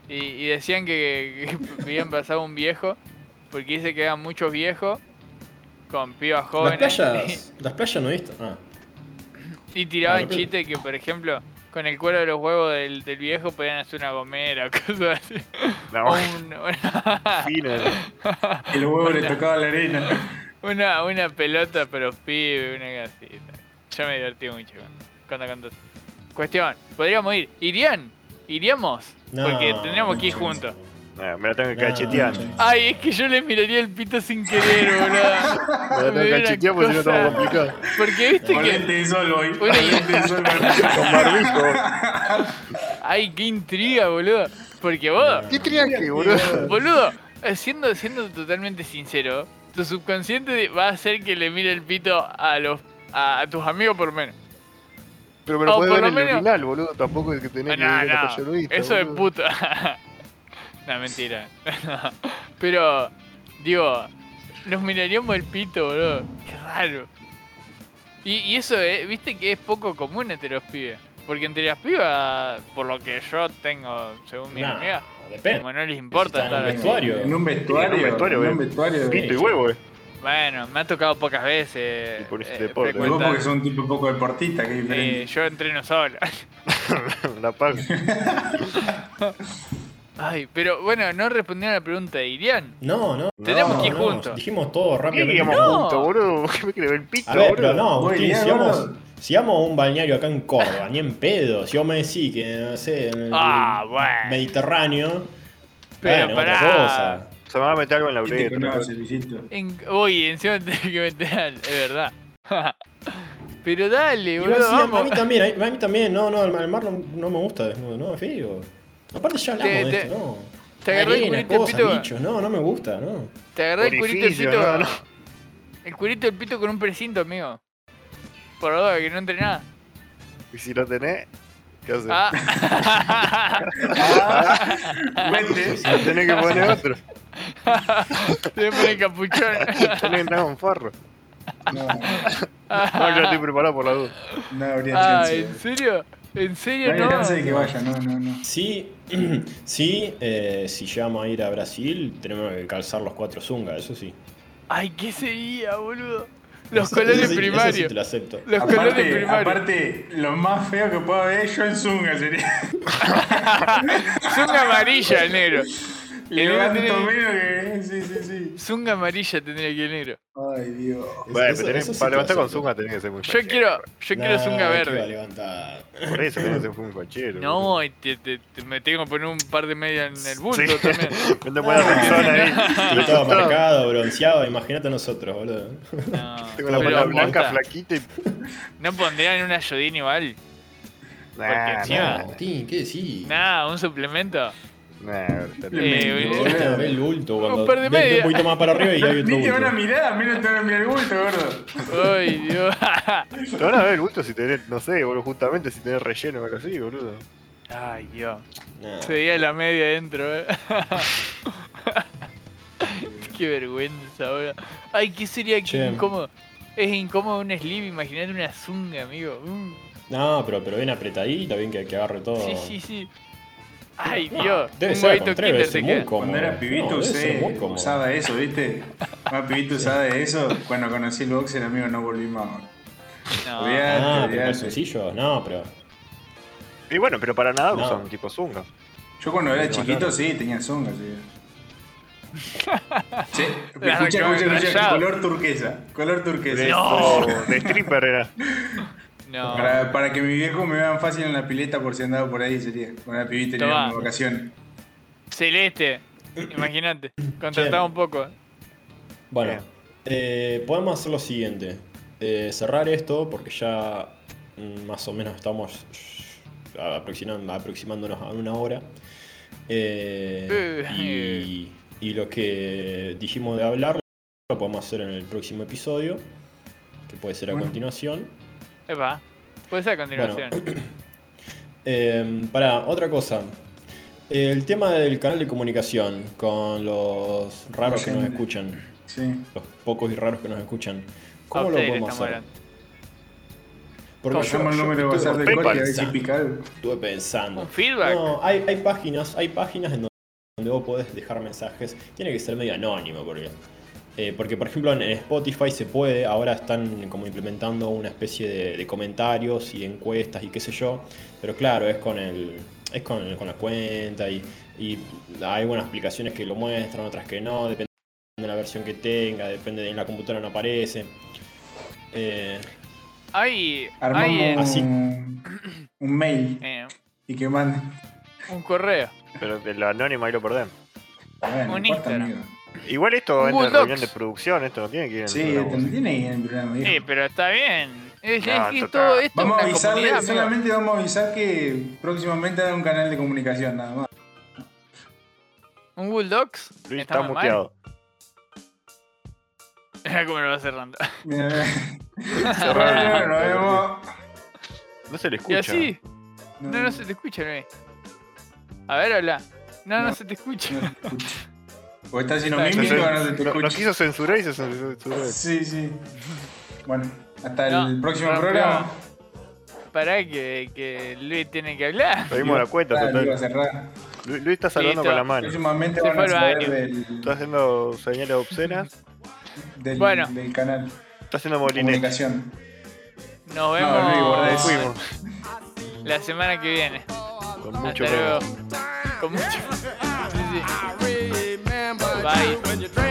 Speaker 3: Y, y decían que, que habían pasado un viejo, porque dice que eran muchos viejos con pibas
Speaker 1: Las
Speaker 3: jóvenes. *laughs*
Speaker 1: playas, las playas nudistas. Ah,
Speaker 3: Y tiraban
Speaker 1: Claro.
Speaker 3: chistes que, por ejemplo, con el cuero de los huevos del, del viejo podían hacer una gomera *laughs* o cosas así.
Speaker 2: No,
Speaker 3: O un- una,
Speaker 2: *laughs* fino.
Speaker 4: El huevo le tocaba la arena.
Speaker 3: *laughs* una, una pelota pero pibe, una casita. Yo me divertí mucho con- cuando cantaste. Cuestión, podríamos ir. ¿Irían? ¿Iríamos?
Speaker 1: no,
Speaker 3: Porque tendríamos que ir
Speaker 1: no,
Speaker 3: juntos.
Speaker 2: No, me la tengo que
Speaker 1: no,
Speaker 2: cachetear.
Speaker 1: no, no.
Speaker 3: Ay, es que yo les miraría el pito sin querer, boludo.
Speaker 2: Me la tengo
Speaker 3: Me
Speaker 2: que cachetear
Speaker 3: dio una
Speaker 2: porque si no
Speaker 3: cosa-
Speaker 2: estamos complicados.
Speaker 3: Porque viste
Speaker 4: Con
Speaker 3: que.
Speaker 4: lente de sol hoy. Con
Speaker 3: Una-
Speaker 4: lente de sol.
Speaker 2: Con barbijo.
Speaker 3: Ay, qué intriga, boludo. Porque vos,
Speaker 2: ¿Qué tenías que, boludo?
Speaker 3: boludo, eh, siendo, siendo totalmente sincero, tu subconsciente va a hacer que le mire el pito a los a, a tus amigos por menos.
Speaker 2: Pero me lo
Speaker 3: O
Speaker 2: podés
Speaker 3: Oh, por
Speaker 2: ver en
Speaker 3: lo
Speaker 2: el
Speaker 3: menos- Ah,
Speaker 2: final, boludo. Tampoco es que tenés que
Speaker 3: No,
Speaker 2: ver
Speaker 3: no,
Speaker 2: la playa nudista,
Speaker 3: eso es
Speaker 2: boludo.
Speaker 3: puta. *laughs* no, mentira. *laughs* Pero, digo, nos miraríamos el pito, boludo. Qué raro. Y, y eso, eh, viste que es poco común entre los pibes. Porque entre las pibas, por lo que yo tengo, según mi
Speaker 1: Nah,
Speaker 3: amiga, como
Speaker 1: depende.
Speaker 3: no les
Speaker 1: Está en
Speaker 3: importa estar
Speaker 1: el
Speaker 3: así.
Speaker 1: vestuario.
Speaker 4: En un vestuario.
Speaker 2: En un vestuario,
Speaker 4: En un vestuario.
Speaker 2: Pito y huevo, eh. *laughs*
Speaker 3: Bueno, me ha tocado pocas veces.
Speaker 2: Y por ese
Speaker 3: eh,
Speaker 2: deporte.
Speaker 4: Pero vos
Speaker 3: frecuentar.
Speaker 4: porque sos un tipo un poco deportista, que es
Speaker 3: Eh,
Speaker 4: diferente.
Speaker 3: yo entreno solo. *laughs*
Speaker 1: *laughs*
Speaker 2: La paja.
Speaker 3: Ay, pero bueno, no respondieron a la pregunta. ¿Irían?
Speaker 1: No, no.
Speaker 3: Tenemos
Speaker 1: no,
Speaker 3: que ir
Speaker 1: no,
Speaker 3: juntos.
Speaker 1: Dijimos todo
Speaker 2: ¿Qué
Speaker 1: rápidamente.
Speaker 2: íbamos
Speaker 3: No.
Speaker 2: juntos, boludo? *laughs* ¿Qué me querés ver el pito,
Speaker 1: A ver,
Speaker 2: boludo?
Speaker 1: pero no,
Speaker 4: Muy
Speaker 1: Agustín,
Speaker 4: bien,
Speaker 1: si vamos,
Speaker 4: boludo.
Speaker 1: si vamos a un balneario acá en Córdoba, ni en pedo, si vos me decís que, no sé, en el
Speaker 3: Ah, bueno.
Speaker 1: Mediterráneo, bueno,
Speaker 3: Pero pará.
Speaker 1: otra cosa.
Speaker 2: Se me va a meter algo en la
Speaker 4: ¿Quién te
Speaker 2: uretra.
Speaker 4: conoce,
Speaker 3: *laughs*
Speaker 4: Luisito?
Speaker 3: En- Uy, encima te tenés que meter al- Es verdad. *laughs* pero dale,
Speaker 1: Y
Speaker 3: boludo,
Speaker 1: vos decís, a
Speaker 3: vamos.
Speaker 1: mí también, a mí también, no, no, el mar no, no me gusta desnudo, no, es feo. Aparte ya hablamos
Speaker 3: Te-
Speaker 1: de
Speaker 3: te-
Speaker 1: esto, no.
Speaker 3: te agarré el
Speaker 1: Arena,
Speaker 3: culito,
Speaker 1: cosas,
Speaker 3: pito.
Speaker 1: bichos, no, no me gusta, no.
Speaker 3: Te agarré el curito del
Speaker 2: Orificio,
Speaker 3: pito.
Speaker 2: no, *laughs* no.
Speaker 3: El curito del pito con un precinto, amigo. Por lo que no entrenás.
Speaker 2: Y si lo tenés, ¿qué haces? *laughs*
Speaker 3: Ah. *laughs*
Speaker 4: Vete.
Speaker 2: Lo tenés que poner otro.
Speaker 3: Te pone
Speaker 2: *laughs*
Speaker 3: capuchón.
Speaker 2: Tenés que entrar con farro.
Speaker 4: No,
Speaker 2: *laughs* No, yo estoy preparado por la duda.
Speaker 4: no habría
Speaker 3: Ah,
Speaker 4: chance.
Speaker 3: ¿en serio? ¿En serio
Speaker 4: No hay
Speaker 3: no?
Speaker 4: chance de que vaya, no, no, no.
Speaker 1: Sí, *clears throat* sí, eh, si llegamos a ir a Brasil, tenemos que calzar los cuatro zungas, eso sí.
Speaker 3: Ay, ¿qué sería, boludo? Los
Speaker 1: Eso-
Speaker 3: colores
Speaker 1: eso sí-
Speaker 3: primarios.
Speaker 1: Eso sí te lo acepto.
Speaker 3: Los colores
Speaker 4: Aparte,
Speaker 3: primarios.
Speaker 4: aparte, lo más feo que pueda haber yo en Zunga sería.
Speaker 3: Zunga amarilla el negro. El negro
Speaker 4: Levanto
Speaker 3: tiene-
Speaker 4: menos que. eh, Sí, sí, sí.
Speaker 3: Zunga amarilla tendría que ir negro.
Speaker 4: Ay, Dios.
Speaker 2: Bueno,
Speaker 1: Eso-
Speaker 2: pero tenés-
Speaker 1: eso sí
Speaker 2: para
Speaker 1: te lo
Speaker 2: levantar con
Speaker 1: acepto.
Speaker 2: Zunga tenés que ser muy
Speaker 3: Yo
Speaker 2: fachero.
Speaker 3: quiero, yo quiero
Speaker 1: Nah,
Speaker 3: zunga
Speaker 1: ¿qué va a
Speaker 3: verde. *laughs*
Speaker 1: levantar?
Speaker 2: Por eso tenés que ser muy fachero.
Speaker 3: No, y te- te- te- me tengo que poner un par de medias en el bulto
Speaker 2: Sí.
Speaker 3: también.
Speaker 2: *laughs* No te puedes
Speaker 3: *laughs*
Speaker 2: persona ahí.
Speaker 1: Y
Speaker 2: Le
Speaker 1: todo
Speaker 2: costó.
Speaker 1: marcado, bronceado, imagínate a nosotros, boludo.
Speaker 3: No,
Speaker 2: Tengo la
Speaker 3: pero
Speaker 2: pata blanca,
Speaker 3: posta,
Speaker 2: flaquita y.
Speaker 3: No pondrían una Yodin igual.
Speaker 2: Nah,
Speaker 3: Sí,
Speaker 1: No,
Speaker 2: nah,
Speaker 1: Agustín, ¿qué decís?
Speaker 3: Nada, un suplemento.
Speaker 2: nah, está bien.
Speaker 1: Te
Speaker 3: Eh,
Speaker 1: van a ver Este el bulto cuando
Speaker 3: Un par de
Speaker 1: ves
Speaker 3: medias.
Speaker 1: un poquito más para
Speaker 3: *laughs*
Speaker 1: arriba y hay otro
Speaker 4: Ni te
Speaker 1: bulto.
Speaker 4: van a mirar, menos te van a mirar el bulto, gordo.
Speaker 3: Ay, Dios. *laughs*
Speaker 2: Te van a ver el gusto si tenés, no sé, boludo, justamente si tenés relleno o algo así, boludo.
Speaker 3: Ay, Dios.
Speaker 1: Nah.
Speaker 3: Se veía la media dentro, eh. *laughs* Qué vergüenza, ahora. Ay, qué sería
Speaker 1: Che.
Speaker 3: que incómodo. Es incómodo un sleeve, imagínate una zunga, amigo. Mm.
Speaker 1: No, pero, pero bien apretadita, bien que, que agarre todo.
Speaker 3: Sí, sí, sí. Ay,
Speaker 1: No,
Speaker 3: Dios.
Speaker 1: Ah, Debe
Speaker 3: un
Speaker 1: ser al
Speaker 3: huevito
Speaker 1: contrario, debe
Speaker 3: kinder
Speaker 1: ser
Speaker 3: se
Speaker 1: muy
Speaker 3: queda.
Speaker 1: cómodo.
Speaker 4: Cuando era pibito
Speaker 1: No, debe ser
Speaker 4: usé,
Speaker 1: muy cómodo.
Speaker 4: usaba eso, ¿viste? Más pibito usaba eso. Cuando conocí el boxer, amigo, no volví más.
Speaker 3: No.
Speaker 4: Olvidate,
Speaker 1: Ah, pero
Speaker 4: olvidate.
Speaker 1: calzoncillos, no, pero...
Speaker 2: Y bueno, pero para nadar
Speaker 1: No.
Speaker 2: usan tipo zunga.
Speaker 4: Yo cuando era
Speaker 2: Pero
Speaker 4: chiquito
Speaker 2: claro.
Speaker 4: sí, tenía
Speaker 3: *laughs*
Speaker 4: zunga, sí. Sí,
Speaker 3: La
Speaker 4: escucha, escucha, escucha,
Speaker 3: rayado.
Speaker 4: color turquesa, color turquesa.
Speaker 2: No, de stripper era.
Speaker 3: No.
Speaker 4: Para, para que mi viejo me vean fácil en la pileta por si andaba por ahí sería. Con la pibita en
Speaker 3: Tomá.
Speaker 4: una vacación.
Speaker 3: Celeste. Imagínate. Contrataba
Speaker 1: Che.
Speaker 3: un poco.
Speaker 1: Bueno,
Speaker 2: Bien.
Speaker 1: eh, podemos hacer lo siguiente. Eh, cerrar esto porque ya mm, más o menos estamos shh, aproximando- aproximándonos a una hora. Eh, y, y lo que dijimos de hablar lo podemos hacer en el próximo episodio, que puede ser a
Speaker 4: Bueno.
Speaker 1: continuación.
Speaker 3: Epa. Puede ser a continuación.
Speaker 1: Eh, para otra Em, cosa. El tema del canal de comunicación con los raros que nos
Speaker 4: Oyentes.
Speaker 1: escuchan,
Speaker 4: Sí.
Speaker 1: los pocos y raros que nos escuchan. ¿Cómo
Speaker 3: A
Speaker 1: lo
Speaker 3: ustedes le
Speaker 1: podemos
Speaker 3: estamos
Speaker 1: hacer?
Speaker 3: hablando.
Speaker 1: Porque yo,
Speaker 4: Llama el
Speaker 1: yo
Speaker 4: número de WhatsApp
Speaker 1: estuve,
Speaker 2: de
Speaker 4: del coche y
Speaker 1: pensando,
Speaker 4: ahí sí pica algo.
Speaker 1: estuve pensando.
Speaker 3: Un feedback.
Speaker 1: No, hay, hay páginas, hay páginas en donde donde vos podés dejar mensajes. Tiene que ser medio anónimo, porque. eh, porque, por ejemplo, en en Spotify se puede, ahora están como implementando una especie de, de comentarios y encuestas y qué sé yo. Pero claro, es con el. es con, con la cuenta y, y hay buenas aplicaciones que lo muestran, otras que no, depende de la versión que tenga, depende de en la computadora no aparece. Eh,
Speaker 3: Hay, hay en-
Speaker 4: Armamos
Speaker 1: Así.
Speaker 4: un, un mail
Speaker 3: eh,
Speaker 4: y que mande.
Speaker 3: un correo.
Speaker 2: Pero el anónimo ahí lo perdemos.
Speaker 4: Bueno, no
Speaker 3: Un
Speaker 4: importa,
Speaker 3: Instagram.
Speaker 4: amigo.
Speaker 2: Igual esto
Speaker 3: Un
Speaker 2: es una
Speaker 3: Bulldogs.
Speaker 2: reunión de producción, esto no tiene que ir en el
Speaker 4: Sí,
Speaker 2: programa.
Speaker 4: tiene que ir en el programa. viejo.
Speaker 3: Sí, Eh, pero está bien. Es,
Speaker 2: No,
Speaker 3: es que
Speaker 2: total.
Speaker 3: todo esto
Speaker 4: Vamos a
Speaker 3: es una comunidad,
Speaker 4: avisarle,
Speaker 3: amigo.
Speaker 4: solamente vamos a avisar que próximamente hay un canal de comunicación, nada más.
Speaker 3: ¿Un Bulldogs?
Speaker 2: Luis está
Speaker 3: muy mal.
Speaker 2: muteado.
Speaker 3: Mirá *laughs* cómo lo va cerrando.
Speaker 4: Mira, mira.
Speaker 2: Cerrado.
Speaker 4: Ah, Bueno, nos vemos.
Speaker 2: No se le
Speaker 3: Y
Speaker 2: escucha.
Speaker 3: así, no, no se te escucha, Noé. A ver, habla. No, no,
Speaker 4: No.
Speaker 3: se te escucha. *laughs*
Speaker 4: No te escucho. O estás sin
Speaker 3: Está
Speaker 2: Lo
Speaker 4: omímico
Speaker 2: cen-
Speaker 4: o no se
Speaker 2: lo-
Speaker 4: te
Speaker 2: lo
Speaker 4: escucha.
Speaker 2: quiso censurar y se censuró.
Speaker 3: Ah,
Speaker 2: *laughs*
Speaker 4: Sí, sí. Bueno, hasta el
Speaker 3: No,
Speaker 4: próximo
Speaker 3: no,
Speaker 4: programa.
Speaker 3: Pará que, que Luis tiene que hablar.
Speaker 2: Perdimos la cuenta,
Speaker 4: Ah,
Speaker 2: total.
Speaker 4: iba a cerrar.
Speaker 2: Lu- Luis está saludando
Speaker 3: Listo.
Speaker 2: con la mano.
Speaker 4: Próximamente
Speaker 3: Se
Speaker 4: van
Speaker 3: fue
Speaker 4: a
Speaker 3: al
Speaker 4: saber
Speaker 3: baño.
Speaker 2: Está
Speaker 4: del,
Speaker 2: haciendo señales obscenas.
Speaker 4: del,
Speaker 3: Bueno.
Speaker 4: del canal
Speaker 2: Está haciendo
Speaker 4: de
Speaker 2: molinete.
Speaker 4: comunicación.
Speaker 3: Nos
Speaker 4: No, Luis, guarda
Speaker 3: vemos
Speaker 4: eso.
Speaker 2: Fuimos.
Speaker 3: la semana que viene.
Speaker 2: Con mucho
Speaker 3: Hasta
Speaker 2: perdón.
Speaker 3: luego. Con mucho. Sí, sí.
Speaker 5: I remember
Speaker 3: Bye.
Speaker 5: you when you drank.